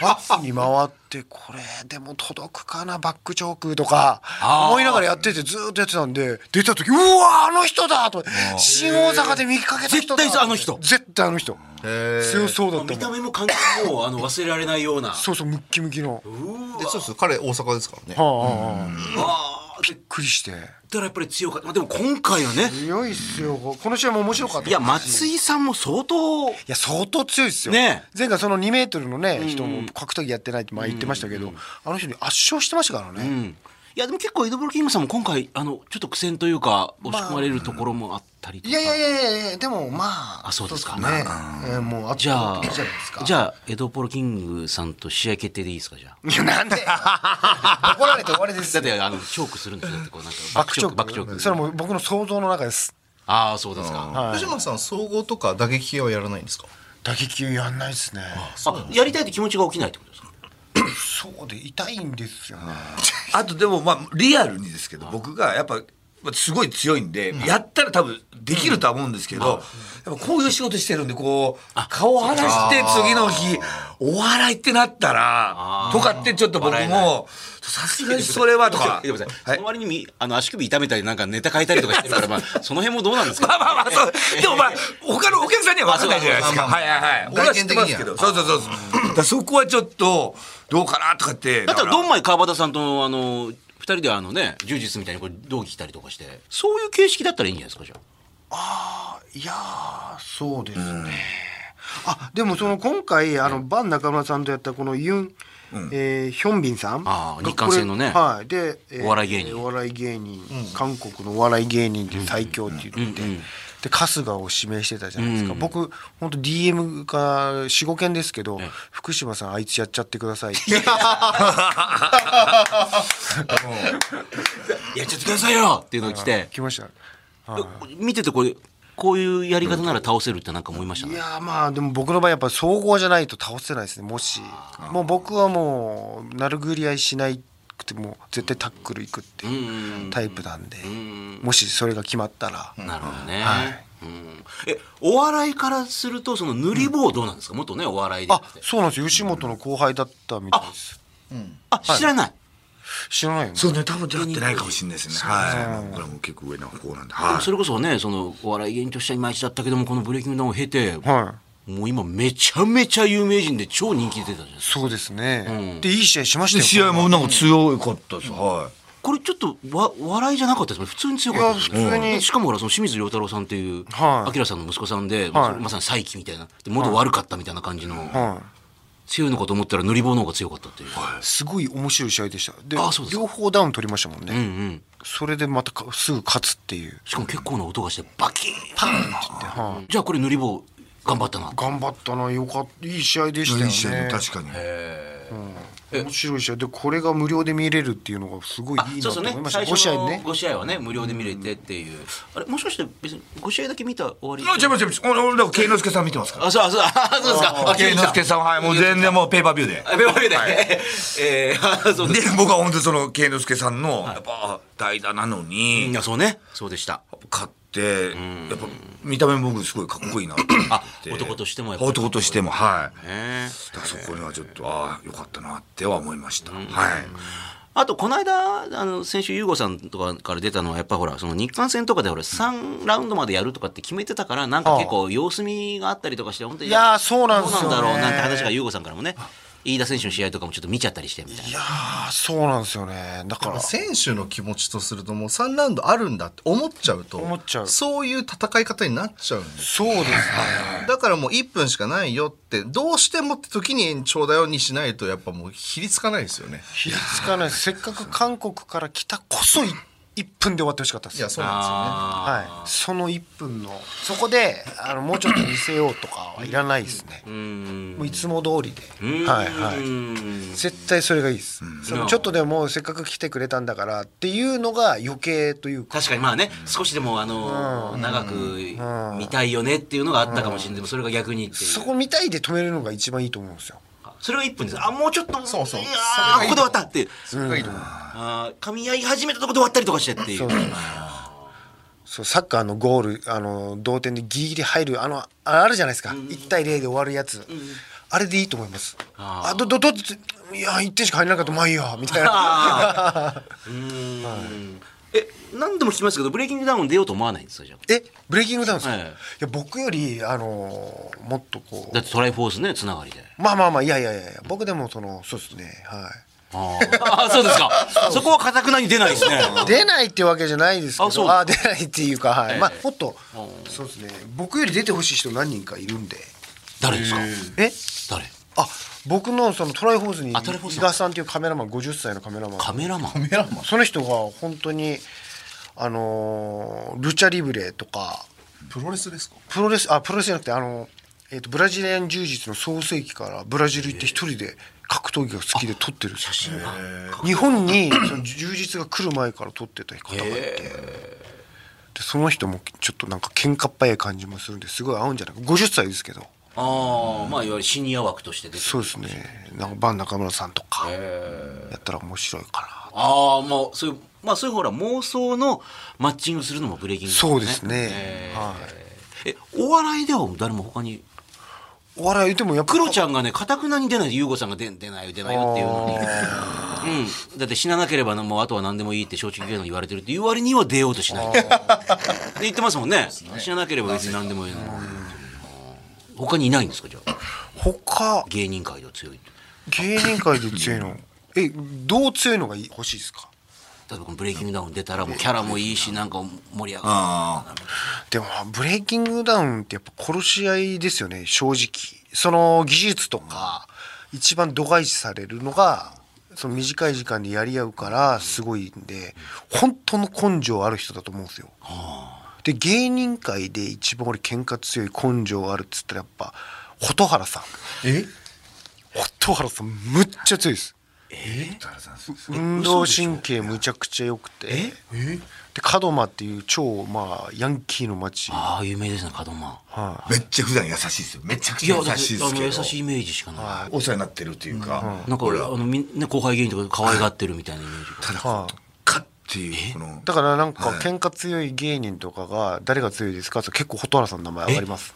S4: バックに回ってこれでも届くかなバックチョークとか思いながらやっててずーっとやってたんで出た時うわーあの人だと新大阪で見かけた人だ
S3: 絶対あの人
S4: 絶対あの人強そうだった
S3: 見た
S4: もん
S3: 目も感じもあの忘れられないような
S4: そうそうムッキムキの
S2: でそうそう彼大阪ですからね
S4: はあはあはあびっくりして
S3: たらやっぱり強かった。まあでも今回はね、
S4: 強いっすよこの試合も面白かった
S3: いや、松井さんも相当、
S4: いや相当強いですよ、
S3: ね
S4: 前回その2メートルのね人も格闘技やってないって前言ってましたけど、あの人に圧勝してましたからね、
S3: うんいやでも結構エドブルキングさんも今回あのちょっと苦戦というか押し込まれるところもあったりとか、
S4: いやいやいやいやいやでもまあ
S3: あそうですか
S4: ね、えーもうあと
S3: じゃあ
S4: いいじゃないですか
S3: じゃあエドポロキングさんと試合決定でいいですかじゃあ
S4: いやな んで怒られて終わりです
S3: だっ
S4: よ
S3: てあのチョークするんですよだってこうなんか
S4: バックチョーク
S3: バックチョーク
S4: それはもう僕の想像の中です
S3: ああそうですか、あ
S2: 藤本さん総合とか打撃系はやらないんですか
S4: 打撃級やんないですね
S3: やりたいって気持ちが起きないってことですか
S4: そうで痛いんですよね
S5: あとでもまあリアルにですけど僕がやっぱまあすごい強いんで、やったら多分できるとは思うんですけど、やっぱこういう仕事してるんでこう顔を離して次の日お笑いってなったらとかってちょっと僕
S3: 笑え
S5: もさすがにそれはとか
S3: でもさ、
S5: は
S3: そ
S5: い
S3: の割にみあの足首痛めたりなんかネタ変えたりとかしてるから、まあ、その辺もどうなんですか
S5: まあまあまあ そうでもまあ他のお客さんには分かんないじゃないですか
S2: あそうか
S5: はいはいはい俺は知ってますけどそうそうそうそうだからそこはちょっとどうかなとかって
S3: だったら
S5: から
S3: ドンマイ川端さんとあの二人であのね柔術みたいにこれ同期したりとかしてそういう形式だったらいいんじゃないですかじゃ
S4: いやーそうですね、あでもその今回あのバン中村さんとやったこのユン、えーヒョンビンさん
S3: あー
S4: が
S3: 日韓戦のね
S4: これはいで、えー
S3: お笑い芸人
S4: お笑い芸人、韓国のお笑い芸人で最強って言って、で春日を指名してたじゃないですか、僕本当 DM が45件ですけど、福島さんあいつやっちゃってくださいって
S3: あやっちゃってくださいよっていうのが来て
S4: 来ました
S3: 見ててこれこういうやり方なら倒せるってなんか思いました
S4: い
S3: ね
S4: やーまあでも僕の場合やっぱ総合じゃないと倒せないですねもしもう僕はもうなるぐり合いしないくてもう絶対タックルいくっていうタイプなんでもしそれが決まったら
S3: なるほどね、うんえお笑いからするとその塗り棒どうなんですか元ねお笑いで
S4: あそうなんですよ吉本の後輩だったみたいです
S3: あ知らない、
S4: 知らないよね
S5: そうね多分やってないかもしれないですねはい
S6: 僕らも結構上の方なんで、
S3: で
S6: は
S3: もそれこそねそのお笑い芸人としてはいまいちだったけどもこのブレイキングダウンを経て、
S4: は
S3: もう今めちゃめちゃ有名人で超人気出てたじゃないですか
S4: いそうですねでいい試合しました
S5: で
S4: よ
S5: 試合もなんか強かったです、はい
S3: これちょっとわ笑いじゃなかったですね普通に強かったですね
S4: いや普通に
S3: うんしかもほらその清水亮太郎さんっていう
S4: はい
S3: 明さんの息子さんで、
S4: はい
S3: まあまさに再起みたいなで元悪かったみたいな感じの、
S4: はい
S3: 強いのかと思ったら塗り棒の方が強かったっていう、
S4: すごい面白い試合でしたで
S3: あそうですか
S4: 両方ダウン取りましたもん
S3: うんう
S4: ね
S3: ん
S4: それでまたかすぐ勝つっていう
S3: しかも結構な音がしてバキーン
S4: パーンって言ってはい
S3: じゃあこれ塗り棒頑張ったな
S4: 頑張ったなよかったいい試合でしたよ
S6: い
S4: ね
S6: い試合も確かに
S4: 面白い試合でこれが無料で見れるっていうのがすごい
S3: あ
S4: いいな
S3: そうそう
S4: と思い
S3: ね
S4: ました
S3: 最
S4: 5
S3: 初
S4: 試合
S3: の
S4: ね
S3: 5試合はね無料で見れてっていう、あれもしかして別に5試合だけ見たら終わり
S5: あ、違います、違います。俺、俺、だから慶之助さん見てますから。
S3: あそうあそうあそうですかあ
S5: 慶之助さんは、はい、もう全然もうペーパービューで。
S3: あベロベロで、えー、あそう
S5: で
S3: です、
S5: 僕は本当にその慶之助さんの、やっぱ、代打なのに、
S3: い
S5: やっ
S3: やそうねそうでした
S5: ぱ買って、やっぱ、見た目も僕すごいかっこいいなと思って。
S3: あ男としてもやっぱり
S5: 男としても、はい。
S3: ね
S5: だからそこにはちょっと、ああ、よかったなっては思いました。はい。
S3: あとこの間あの先週優吾さんとかから出たのはやっぱほらその日韓戦とかでほら3ラウンドまでやるとかって決めてたからなんか結構様子見があったりとかして本当に
S4: いやーそうなんですよね
S3: どうなんだろうなんて話が優吾さんからもね飯田選手の試合とかもちょっと見ちゃったりしてみたいな。
S4: ああそうなんですよねだから
S2: 選手の気持ちとするともう3ラウンドあるんだって思っちゃうと
S4: 思っちゃう
S2: そういう戦い方になっちゃうんです
S4: そうですね
S2: だからもう1分しかないよってどうしてもって時に延長だよにしないとやっぱもうひりつかないですよね
S4: ひりつかないせっかく韓国から来たこそ1分で終わってほしかったで
S2: い
S4: す
S2: やそうなん
S4: はいその1分のそこであのもうちょっと見せようとかはいらないですねもういつも通りではいはい絶対それがいいですそのちょっとでもせっかく来てくれたんだからっていうのが余計というか
S3: 確かにまあね少しでもあの長く見たいよねっていうのがあったかもしれないでもそれが逆にってい
S4: そうこ見たいで止めるのが一番いいと思うんですよ
S3: それが1分ですあもうちょっと
S2: そうそう
S3: いや
S2: そ
S3: ーこ
S2: れがいい
S3: こで終わったっていう
S2: ですよねそれがいいと思う
S3: あー噛み合い始めたとこで終わったりとかしてっていう
S4: そうそうそうサッカーのゴールあの同点でギリギリ入るあのああるじゃないですか、1対0で終わるやつ、あれでいいと思いますあどどどっちいや1点しか入らなかったまあいいやみたいな
S3: え何度も聞きますけどブレイキングダウン出ようと思わないんですかじゃあ
S4: えブレイキングダウンですか、
S3: はい
S4: い、や僕よりあのもっとこ
S3: だ
S4: う
S3: ってトライフォースねつながりで
S4: まあまあまあいやいやいや僕でもそのそうですねはい
S3: ああそうですかそこはかたくなに出ないですね
S4: 出ないってわけじゃないですけ
S3: あそう
S4: どあ出ないっていうか、はい
S3: ええ
S4: まあもっとそうですね僕より出てほしい人何人かいるんで
S3: 誰ですか
S4: え
S3: 誰
S4: あ僕のそのトライフォースに
S3: あトライフォース
S4: 伊賀さんっていうカメラマン50歳のカメラマン
S3: カメラマン
S4: その人が本当にあのールチャリブレとか
S2: プロレスですか
S4: プロレスあプロレスじゃなくてあの、えー、とブラジリアン柔術の創世期からブラジル行って一人で格闘技が好きで撮ってる写真が日本にその柔術が来る前から撮ってた方がいてでその人もちょっとなんか喧嘩っ早い感じもするんですごい合うんじゃないか50歳ですけど
S3: ああまあいわゆるシニア枠として出て
S4: そうですねなんかバン中村さんとかやったら面白いかな
S3: ああもうそういうまあそういうほら妄想のマッチングするのもブレイキングですね
S4: そうですね
S3: えー
S4: は
S3: えお笑いでは誰も他に
S4: お笑いでもやっぱ
S3: クロちゃんがねかたくなに出ないで優吾さんが出出ないよ出ないよっていうのに、うん、だって死ななければもうあとは何でもいいって松竹芸能に言われてるっていう割には出ようとしないで言ってますもんね死ななければ別に何でもいいのに他にいないんですかじゃあ
S4: 他
S3: 芸人界では強いって
S4: 芸人界で強い のえどう強いのがいい欲しいですか
S3: 例えばこの「ブレイキングダウン」出たらもうキャラもいいしなんか盛り上がる
S5: あ
S4: でもブレイキングダウンってやっぱ殺し合いですよね正直その技術とか一番度外視されるのがその短い時間でやり合うからすごいんで本当の根性ある人だと思うんですよ。で芸人界で一番俺喧嘩強い根性あるっつったらやっぱ蛍原さん
S2: え
S4: 蛍原さんむっちゃ強いです。運動神経むちゃくちゃ良くてで門真っていう超まあヤンキーの街
S3: ああ有名ですね門真
S6: めっちゃ普段優しいですよめちゃく
S3: い
S6: ち
S3: や
S6: ゃ
S3: だ
S6: 優
S3: って
S6: しいで
S3: あ
S6: すけ
S3: の
S6: ど
S3: 優しいイメージしかない
S6: お世話になってるというか、
S3: なんか俺あのみんな後輩芸人とか可愛がってるみたいなイメージが
S6: ただこうかっていうこの
S4: だからなんか喧嘩強い芸人とかが誰が強いですかって結構蛍原さんの名前上がります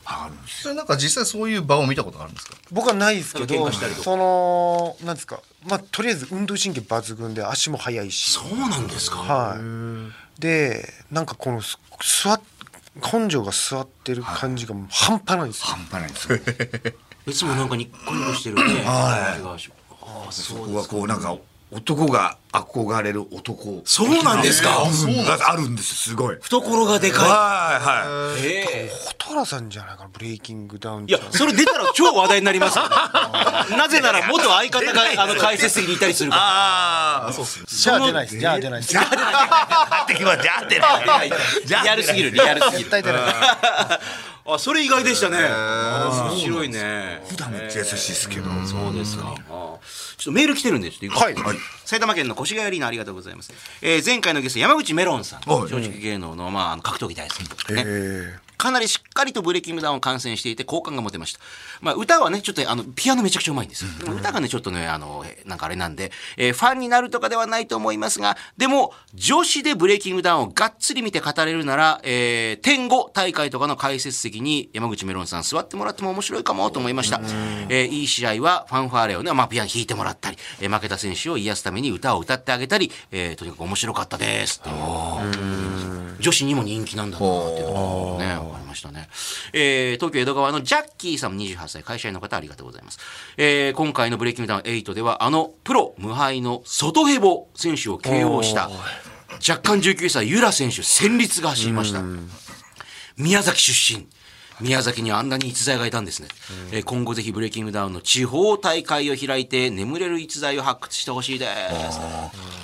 S2: それなんか実際そういう場を見たことあるんですか
S4: 僕はないですけ
S3: 喧
S4: ど
S3: 嘩したりとか
S4: そのなんですかまあとりあえず運動神経抜群で足も速いし
S3: そうなんですか
S4: はいでなんかこのす座っ根性が座ってる感じがもう半端ないんですよ
S6: 半端ないんですよ
S3: いつもなんかニッコニコしてるね。
S6: はい
S3: 感じがああ、
S6: そ
S3: そう
S6: こはこうなんか男が憧れる男
S3: そうなんですか
S6: うんがあるんですすごい
S3: 懐がでか
S6: はい
S3: い。ええ
S4: 蛍原さんじゃないかなブレイキングダウン
S3: いや
S4: ちゃん、
S3: それ出たら超話題にな りますよねなぜなら元相方があの解説席にいたりするか
S4: じゃあ出ないですじゃあ出ないです絶
S5: あってきまじゃあってな
S3: ら。リアルすぎる、リアルすぎる。
S4: 対出ないです
S3: あ、それ意外でしたね。あ面白いね。
S6: 普段めっちゃ優しいですけど、
S3: そうですか。ああちょっとメール来てるんで、ちょっと行こう
S4: はい
S6: はい
S3: 埼玉県の越谷アリーナありがとうございます。えー前回のゲスト山口メロンさん、
S6: はい
S3: 松竹芸能のまああの格闘技大好き、ね
S4: え
S3: かなりしっかりとブレイキングダウンを観戦していて好感が持てました。まあ歌はね、ちょっとあの、ピアノめちゃくちゃうまいんですよ。でも歌がね、ちょっとね、あの、えなんかあれなんで、えーファンになるとかではないと思いますが、でも、女子でブレイキングダウンをがっつり見て語れるなら、えー、天狗大会とかの解説席に山口メロンさん座ってもらっても面白いかもと思いました。えーいい試合はファンファーレをね、まあピアノ弾いてもらったり、えー負けた選手を癒すために歌を歌ってあげたり、えーとにかく面白かったですっていう。女子にも人気なんだなっていうところがね、わかりましたね。えー東京江戸川のジャッキーさん28歳、会社員の方ありがとうございます。えー今回のブレイキングダウン8では、あのプロ無敗の外ヘボ選手を KO した、若干19歳、ユラ選手、戦律が走りました。宮崎出身。宮崎にはあんなに逸材がいたんですね、えー今後ぜひブレイキングダウンの地方大会を開いて眠れる逸材を発掘してほしいです。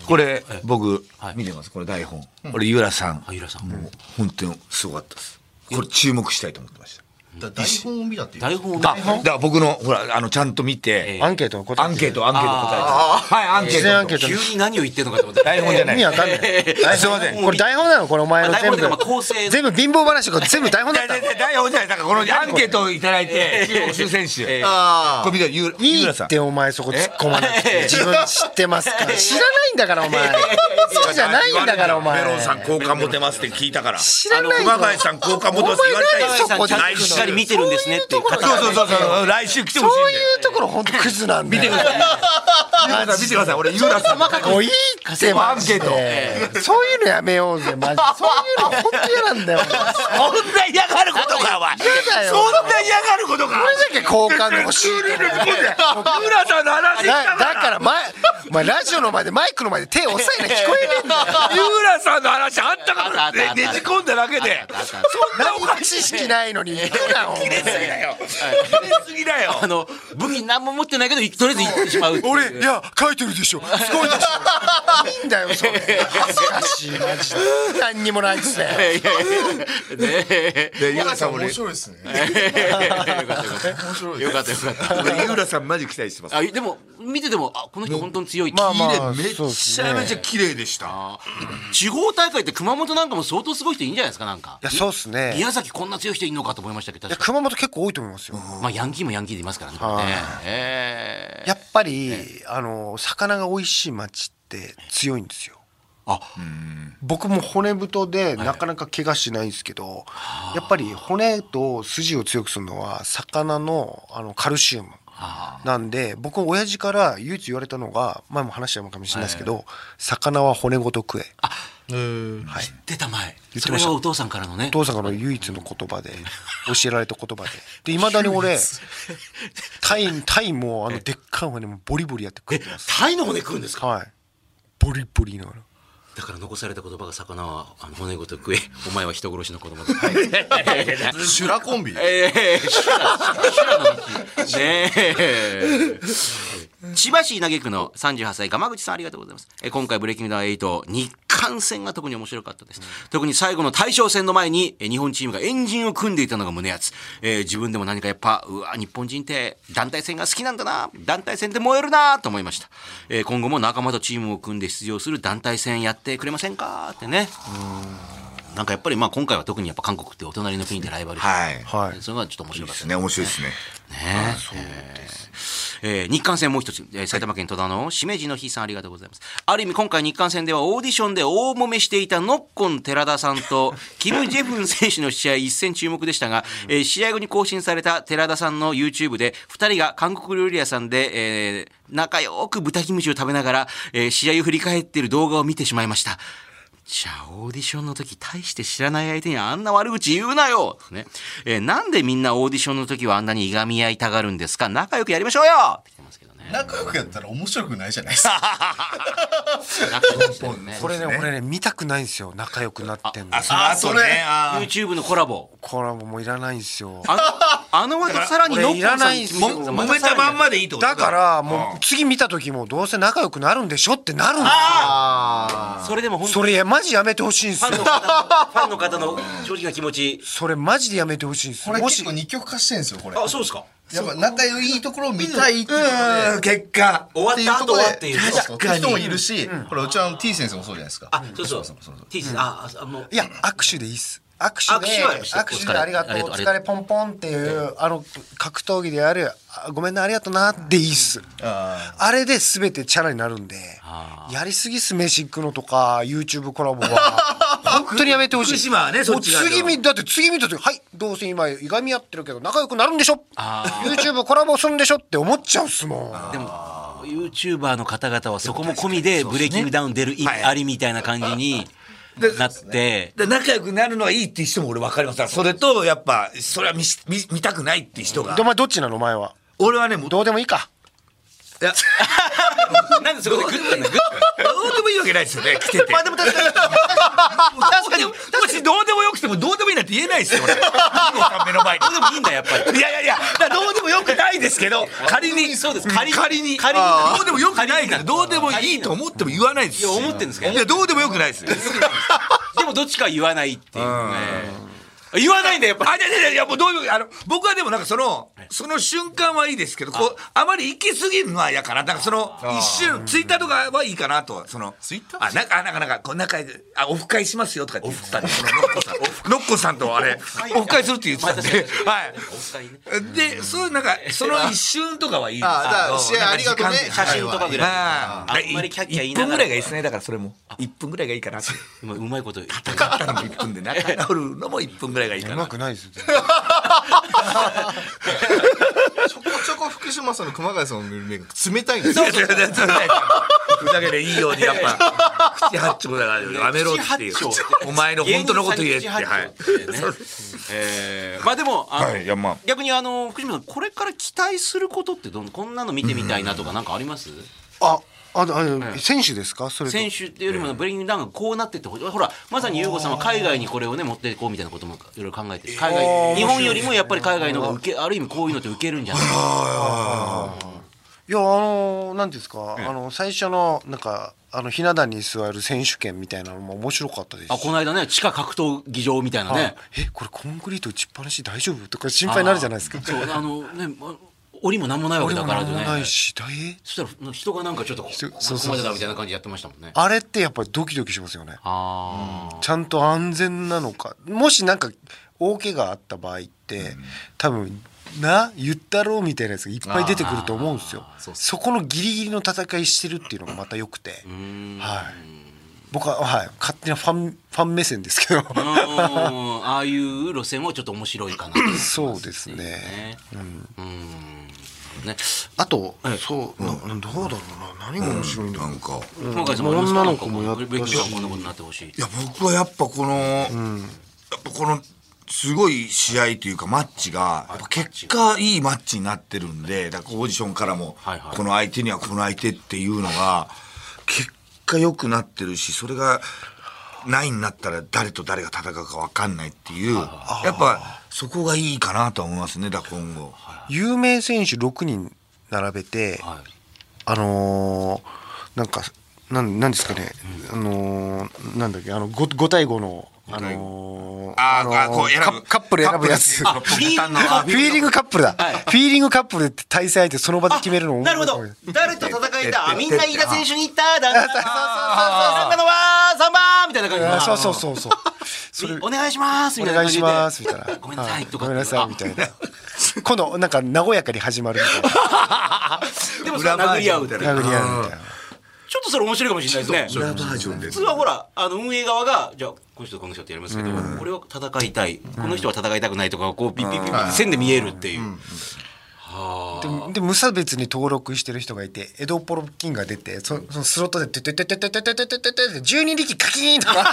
S5: これ僕見てますこれ台本俺ゆらさん
S3: あゆらさん
S6: もう本当にすごかったですこれ注目したいと思ってました
S2: だ台本を見たっていう
S3: 台本を
S5: あだから僕のほらあのちゃんと見て、
S4: ーアンケートの答え
S5: アンケートアンケート答えてはいアンケー
S4: 事前
S5: ト
S4: アンケート
S3: 急に何を言ってんのかと思って。
S5: 台本じゃな
S4: 意味わ
S5: い
S4: かんない。
S5: すいません
S4: これ台本なのこれお前の
S3: まあ台本
S4: 全部
S3: というかまあ構成。
S4: 全部貧乏話が全部台本だっ
S5: 大
S4: たの。
S5: 体台本じゃないだからこのアンケートをいただいて中国選手これ見てゆ
S4: い
S5: らゆ
S4: い
S5: らさ
S4: っ
S5: ん
S4: てお前そこ突っ込まなくて自分知ってますから知らないんだからお前そうじゃないんだからお前
S6: メロンさん好感持てますって聞いたから
S4: 知らない
S6: 熊谷さん好感持てますって言われたい
S4: お前何そこで
S3: ちゃんとしっかり見てるんですねっていう方
S5: そうそうそうそう来週来て
S4: そ
S5: ほし
S4: う
S5: いん
S4: いうところ本当クズなんだよ見てください
S5: だよゆらさん見てください俺ゆらさん
S4: もういいってマジ
S5: アンケ
S4: でそういうのやめようぜマ ジそういうの本当嫌なんだよ
S5: そんな嫌がることかお前
S4: 嫌だよ
S5: そんな嫌がることか
S4: これだけ好感度欲しいって
S5: ゆらさんの話
S4: だだから前前ラジオの前でマイクの前で手押さえな聞こえないん だよ
S7: 井浦さんの話あったか
S3: あ
S7: ら
S3: ったあったあ
S7: ね
S3: った
S7: ねじ込んだだけで
S3: あったあった
S7: そんなおか
S4: 何も知識ないのに行くなお前
S7: しいだよ切れすぎだよ
S3: あの武器何も持ってないけどとりあえず行ってしまうっていう
S4: 俺いや書いてるでしょすごいでしょいいんだよそれ恥ずかしいマジで何にもないっす
S3: い
S4: ね
S3: やいやいやね
S2: で井浦さん面白いですね
S3: えよかったよかった
S5: 俺井浦さんマジ期待してます
S3: あでも見ててもあこの人本当に強いって、
S4: まあまあ
S5: めっちゃめちゃ綺麗でした
S3: 地方大会って熊本なんかも相当すごい人いいんじゃないですかなんか
S4: いやそうっすね
S3: 宮崎こんな強い人いんのかと思いましたけど
S4: いや
S3: 確か
S4: 熊本結構多いと思いますよ
S3: まあヤンキーもヤンキーでいますからね
S4: はい
S3: ええ
S4: やっぱり、あの魚が美味しい町って強いんですよ
S3: あ
S4: 僕も骨太でなかなか怪我しないんですけど、やっぱり骨と筋を強くするのは魚のあのカルシウムなんで僕親父から唯一言われたのが前も話したのかもしれないですけど、魚は骨ごと食え
S3: 出た前そ
S4: 言って
S3: れ
S4: ました
S3: はお父さんからのね
S4: お父さんからの唯一の言葉で教えられた言葉ででいまだに俺タイタイもあのでっかい骨もボリボリやって食ってます
S3: タイの骨食うんですか
S4: はいボリボリ言いながら。
S3: だから残された言葉が魚はあの骨ごと食えお前は人殺しの子供だ
S2: 修羅 コンビ
S3: ええ修羅の道ねえ千葉市稲毛区の38歳鎌口さんありがとうございますえ今回ブレイキングダウン8日韓戦が特に面白かったです、特に最後の大将戦の前にえ日本チームが円陣を組んでいたのが胸熱、えー自分でも何かやっぱうわ日本人って団体戦が好きなんだな団体戦で燃えるなと思いました、えー今後も仲間とチームを組んで出場する団体戦やってくれませんかってねなんかやっぱりまあ今回は特にやっぱ韓国ってお隣の国でライバル視
S5: はい
S4: はい
S3: それがちょっと面白かった
S5: ね面白いですね
S3: ね。そうです。えー日韓戦もう一つ、えー埼玉県戸田のしめじの日さんありがとうございます。ある意味今回日韓戦ではオーディションで大揉めしていたノッコン寺田さん とキム・ジェフン選手の試合一戦注目でしたが、えー試合後に更新された寺田さんの YouTube で2人が韓国料理屋さんで、えー仲良く豚キムチを食べながら、えー試合を振り返っている動画を見てしまいました。じゃあオーディションの時大して知らない相手にあんな悪口言うなよ、ねえーなんでみんなオーディションの時はあんなにいがみ合いたがるんですか仲良くやりましょうよって来てますけどね。
S2: 仲良くやったら面白くないじゃないですか
S3: 仲良くしてるね
S4: これね俺ね見たくないんですよ仲良くなってんの
S2: あそれ
S3: YouTube のコラボ。
S4: コラボもいらないんですよ
S3: あのあの後さらにノッコンさん
S4: これいらないんですよ
S3: も
S5: 揉めたまんまでいいってこと
S4: だからもう次見た時もどうせ仲良くなるんでしょってなるんで
S3: それでも本
S4: す
S3: 当
S4: よそ
S3: に
S4: れやマジやめてほしいんです
S3: フ
S4: よ
S3: ァンの方のファンの方の正直な気持ち。
S4: それマジでやめてほしいんです
S2: こ
S4: よ
S2: れ
S4: も
S2: 結
S4: し
S2: 構二極化してんですよこれ
S3: あそうですか。
S2: やっぱ仲良いところを見たいっていうことで
S5: 結果
S3: 終わった後はっていう
S2: そうそう
S5: 確かに
S2: 人もいるしこれうちの T 先生もそうじゃないですか
S3: あそうそう。T さんああもう
S4: いや握手でいいっす握手
S3: 握
S4: で
S3: 手はよし
S4: 握手でありがとう
S3: お
S4: お
S3: 疲
S4: 疲
S3: れ
S4: れポンポンっていうあの格闘技であるあごめんなありがとうなでいいっすあれで全てチャラになるんでやりすぎっす飯食うのとか YouTube コラボは本当にやめてほしい
S5: 福島はねそっちが
S4: もう次見だって次見た時はいどうせ今いがみ合ってるけど仲良くなるんでしょ YouTube コラボするんでしょって思っちゃうっすもん
S3: でも YouTuber の方々はそこも込みでブレイキングダウン出る意味ありみたいな感じになって
S5: で仲良くなるのはいいっていう人も俺分かりますそれとやっぱそれは見し見見たくないっていう人が
S4: でお前どっちなのお前は
S5: 俺はねもうど
S4: どうでもいいか
S5: いや
S3: なんでそこでグッてね
S5: うでもいいわけないですよ ね来ててまあでも確かに確かに私どうでもよくてもどうでもいいなんて言えないですよ俺目の前に
S3: どうでもいいんだやっぱり
S5: いやいやいや、だからどうでもよくないですけど、仮に。
S3: そうです仮
S5: 仮
S3: に
S5: に。仮に。
S3: 仮に
S5: どうでもよくないから、どうでもいいと思っても言わないですし
S3: いや思ってんですか
S5: いや、どうでもよくないですよ。
S3: でもどっちかは言わないっていうね言わないんだやっぱ
S5: あ、いやいやいやいや、もうどうでもあの、僕はでもなんかその、その瞬間はいいですけど、こう、あまり行き過ぎるのは嫌かな。なんかその、一瞬、ツイッターとかはいいかなと、その、ツイッターあ、なんか、あなんか、なんか、こう、仲良く、あ、オフ会しますよとかって言ってたんで、その、ノッコさん、ノッコさんとあれ、オフ会するって言ってたんで、はい。で、そういうなんか、その一瞬とかはいいですけど。
S2: あだから試合ありがとうね
S5: なんか時間
S3: 写真とかぐらい
S5: まあ、
S3: あんまりキャッキャ言い
S5: 1
S3: な
S5: 分
S3: がら
S5: ぐらいがいいですねだからそれも1分ぐらいがいい かなって
S3: うまうまいこと言った
S5: 高かったのも1分で仲直るのも1分ぐらいがいいか
S4: う
S5: な
S4: まくないですよ
S2: ちょこちょこ福島さんの熊谷さんの目が冷たいんです
S5: い
S2: よ
S5: やいやいやいやいやふざけでいいようにやっぱ口八丁だからやめろっていう
S3: 口八丁
S5: お前の本当のこと言えって
S3: 芸人さんに口
S5: は
S3: 八
S5: い
S3: 丁ってねえーまあでもあの
S5: はいいやまあ
S3: 逆にあの福島さんこれから期待することってどんこんなの見てみたいなとかなんかあります
S4: ああのあの選手ですかそれと
S3: 選手っていうよりもブレイキングダウンがこうなってってほほらまさに優吾さんは海外にこれをね持っていこうみたいなこともいろいろ考えてる海外日本よりもやっぱり海外の方が受けある意味こういうのって受けるんじゃないか
S4: いやあのなんていうんですか、あの最初のなんかあのひな壇に座る選手権みたいなのも面白かったですし
S3: あこの間ね地下格闘技場みたいな
S4: はい
S3: ね
S4: えこれコンクリート打ちっぱなし大丈夫とか心配になるじゃないですか
S3: そうあのねま檻も何もないわけ
S4: 俺
S3: だ
S4: も
S3: から
S4: 何もな
S3: ね
S4: いし大変
S3: そしたら人がなんかちょっとこ
S4: 人
S3: こ
S4: そう
S3: こ
S4: そうそ
S3: ま
S4: う
S3: でだみたいな感じでやってましたもんね
S4: あれってやっぱりドキドキしますよね
S3: あ
S4: ちゃんと安全なのかもしなんか大怪我あった場合って、多分な言ったろうみたいなやつがいっぱい出てくると思うんですよそこのギリギリの戦いしてるっていうのがまた良くて、はい、僕は、はい、勝手なファンファン目線です けど
S3: あうんああいう路線もちょっと面白いかなと思います
S4: そうですね
S3: ねうんね
S2: あと、
S4: そうななどうだろうな何が面白いんだろう、
S6: なんか
S3: 今回その
S4: 女の子もやったし
S3: ブレイキングダウンこんなことになってほしい
S6: いや僕はやっぱこの、やっぱこのすごい試合というかマッチがやっぱ結果いいマッチになってるんでだからオーディションからも、
S3: はいはい
S6: この相手にはこの相手っていうのが結果良くなってるしそれがないになったら誰と誰が戦うか分かんないっていうやっぱそこがいいかなとは思いますねだから今後。
S4: 有名選手6人並べて、
S3: はい
S4: あのーなんかなんなんですかね、あのーなんだっけあの 5, 5対5のあのー
S6: あー
S4: のー
S6: こう選ぶ
S4: カカップル選ぶやつ
S6: カ
S4: あ
S6: ッ
S4: フ
S6: プルっていうかボタンの
S4: ィーリングカップルだ、
S3: はい
S4: フィーリングカップルって対戦相手その場で決めるの
S3: なるほど誰と戦いたあみんな飯田選手に行っただんだんだんだのは3番みたいな感じ
S4: あー
S3: で
S4: そうそうそうそうそれ
S3: お願いします
S4: お
S3: みたいな感
S4: 願い
S3: じ
S4: し
S3: で
S4: ますみたいな
S3: ごめんなさいとか
S4: ごめんなさいみたいな今度なんか和やかに始まるみたい
S3: でもそれ殴り合うちょっ
S4: な殴り合うみたいな
S3: とそれ面白いかもしれないですね
S6: 裏バージョンで
S3: 普通はほらあの運営側がじゃあこの人とこの人ってやりますけどこれは戦いたいこの人は戦いたくないとかこうピッピッピッピ線で見えるっていう
S4: でで無差別に登録してる人がいて江戸ポロキンが出てそそのスロットで「ててててててててててて12力カキーン!」とか
S3: もう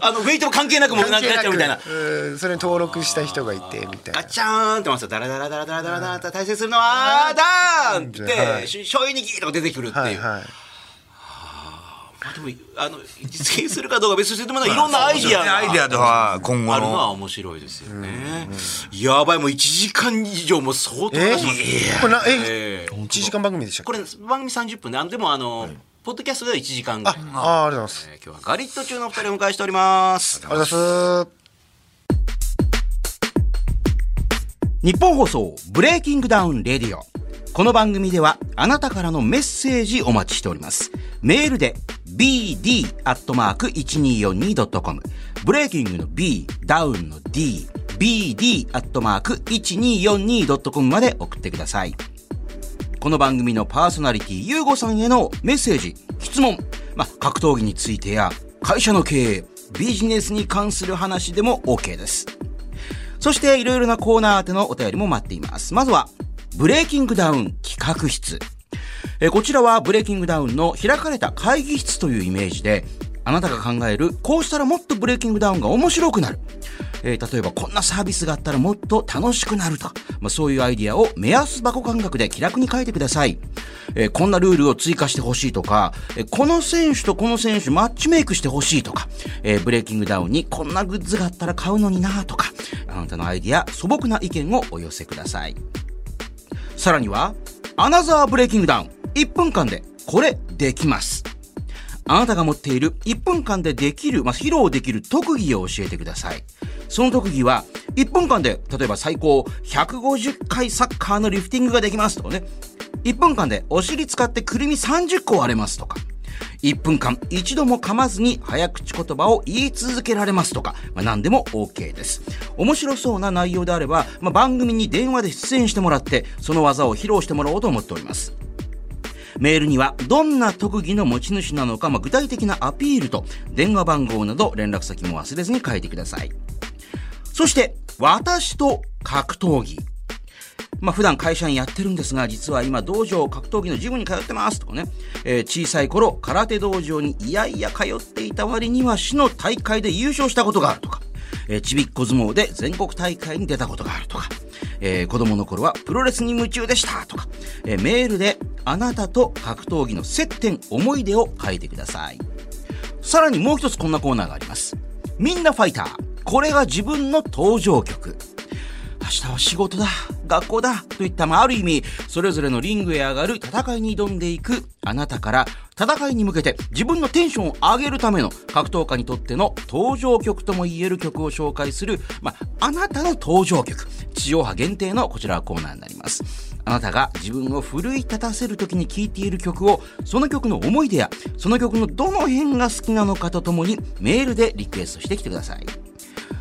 S3: あのウェイトも関係なくもうなくなっちゃうみたいな
S4: うんそれに登録した人がいてみたい
S3: ガ
S4: な
S3: ッチャーンってますよ。ダラダラダラダラダラダラと対戦するのは、あーだーんって言っ
S4: は
S3: て、
S4: い
S3: し醤油にぎーとか出てくるって
S4: はい
S3: いう。
S4: はい
S3: まあでも、あの、実現するかどうか別にしても、いろんなアイディアが。
S6: アイデアとは今後
S3: あるのは
S6: の
S3: 面白いですよね。やばい、もう1時間以上も相当
S4: え
S3: 話します
S4: これな
S3: え
S4: え1時間番組でしたっ
S3: こ
S4: け
S3: れ、番組30分で、あのでもあの、ポッドキャストでは1時間ぐらいなんで。
S4: ああありがとうございます
S3: えー今日はガリット中のお二人をお迎えしております。
S4: ありがとうございます
S1: 日本放送ブレイキングダウンレディオこの番組ではあなたからのメッセージお待ちしておりますメールで bd.1242.com ブレイキングの b ダウンの d bd.1242.com まで送ってくださいこの番組のパーソナリティゆうごさんへのメッセージ質問、まあ、格闘技についてや会社の経営ビジネスに関する話でも OK ですそしていろいろなコーナー宛てのお便りも待っています。まずは、ブレイキングダウン企画室。えーこちらはブレイキングダウンの開かれた会議室というイメージで、あなたが考える、こうしたらもっとブレイキングダウンが面白くなる。えー例えばこんなサービスがあったらもっと楽しくなるとか、まあ、そういうアイディアを目安箱感覚で気楽に書いてください。えーこんなルールを追加してほしいとか、えーこの選手とこの選手マッチメイクしてほしいとか、えーブレイキングダウンにこんなグッズがあったら買うのになとか、あなたのアイディア、素朴な意見をお寄せください。さらには、アナザーブレイキングダウン。1分間で、これ、できます。あなたが持っている1分間でできる、まあ、披露できる特技を教えてください。その特技は、1分間で、例えば最高150回サッカーのリフティングができますとかね。1分間でお尻使ってくるみ30個割れますとか。1分間一度も噛まずに早口言葉を言い続けられますとか、まあ、何でも OK です。面白そうな内容であれば、まあ、番組に電話で出演してもらって、その技を披露してもらおうと思っております。メールにはどんな特技の持ち主なのか、まあ具体的なアピールと電話番号など連絡先も忘れずに書いてください。そして、私と格闘技。まあ普段会社にやってるんですが、実は今道場格闘技のジムに通ってますとかね、えー小さい頃空手道場にいやいや通っていた割には市の大会で優勝したことがあるとか、えーちびっこ相撲で全国大会に出たことがあるとか、えー子供の頃はプロレスに夢中でしたとか、えーメールであなたと格闘技の接点思い出を書いてくださいさらにもう一つこんなコーナーがありますみんなファイターこれが自分の登場曲明日は仕事だ学校だといった、まあ、ある意味それぞれのリングへ上がる戦いに挑んでいくあなたから戦いに向けて自分のテンションを上げるための格闘家にとっての登場曲ともいえる曲を紹介する、まあ、あなたの登場曲地上波限定のこちらはコーナーになりますあなたが自分を奮い立たせる時に聴いている曲をその曲の思い出やその曲のどの辺が好きなのかとともにメールでリクエストしてきてください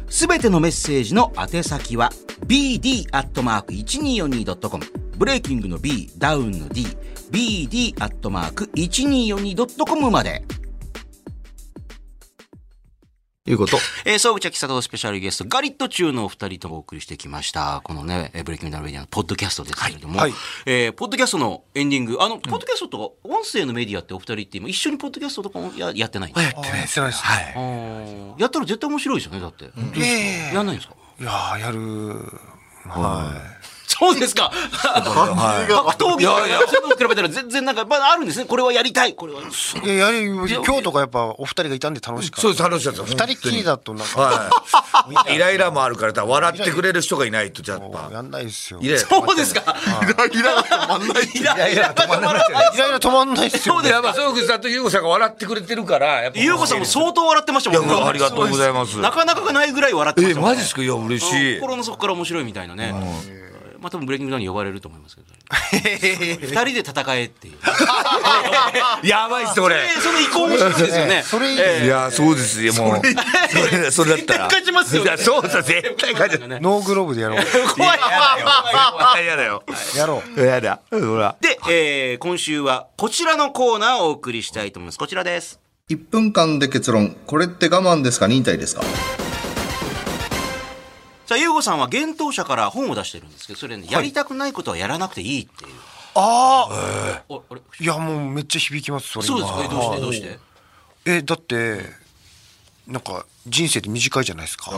S1: すべてのメッセージの宛先は bd.1242.com ブレイキングの B、ダウンの D、bd.1242.com まで。
S2: いうこと。
S3: えー、総口喫茶とスペシャルゲスト、ガリット中のお二人とお送りしてきました。このね、えーブレイキングダウンメディアのポッドキャストですけれども、
S4: はいはい
S3: えーポッドキャストのエンディング、あの、ポッドキャストとか、音声のメディアってお二人って今一緒にポッドキャストとかもややってないんですか
S4: あーやってないですね
S3: あーやったら絶対面白いですよね、だって。
S4: ええ
S3: やんないんですか
S4: いやーやるはい
S3: そうですか。格闘技とか、そういうのと比べたら全然なんか、まだあるんですね。これはやりたい。これは。
S4: いややる今日とかやっぱお二人がいたんで楽しかった
S5: そうです楽しかった
S4: 二人っきりだとなんか
S5: はいイライラもあるからだ笑ってくれる人がいないとじゃあやっ
S4: もう
S5: ぱ
S4: やんないですよ
S5: イライラ
S3: そうですか。
S2: イラが止まんない。
S5: イライラ止まらないじゃない
S4: イライラ止まんないですよ
S5: そうですやっぱそうくさんと優子さんが笑ってくれてるからやっぱ
S3: ゆうこさんも相当笑ってましたもん
S5: いやありがとうございます
S3: なかなかがないぐらい笑ってまし
S5: え
S3: たもん
S5: マジっすかいや嬉しい
S3: 心の底から面白いみたいなね。まあ多分ブレイキングダウンに呼ばれると思いますけど。 二人で戦えっていう。
S5: やばいっす俺
S3: えーその意向もしてですよね。
S4: それいい
S5: いやそうですよもうそれそれだったら
S3: 絶対勝ちますよ
S5: いやそうさ絶対勝ちます
S4: ノーグローブでやろう
S3: 怖い。
S5: やだよ
S4: やろう
S5: やだほら
S3: で、えー今週はこちらのコーナーをお送りしたいと思います。こちらです。
S8: 1分間で結論これって我慢ですか忍耐ですか
S3: さあ、ゆうごさんは幻冬舎から本を出してるんですけど、それね、やりたくないことはやらなくていいっていう。ああ、あれ
S4: いやもうめっちゃ響きますそれ
S3: そう
S4: 今
S3: ですかえどうしてどうして
S4: えだってなんか人生って短いじゃないですか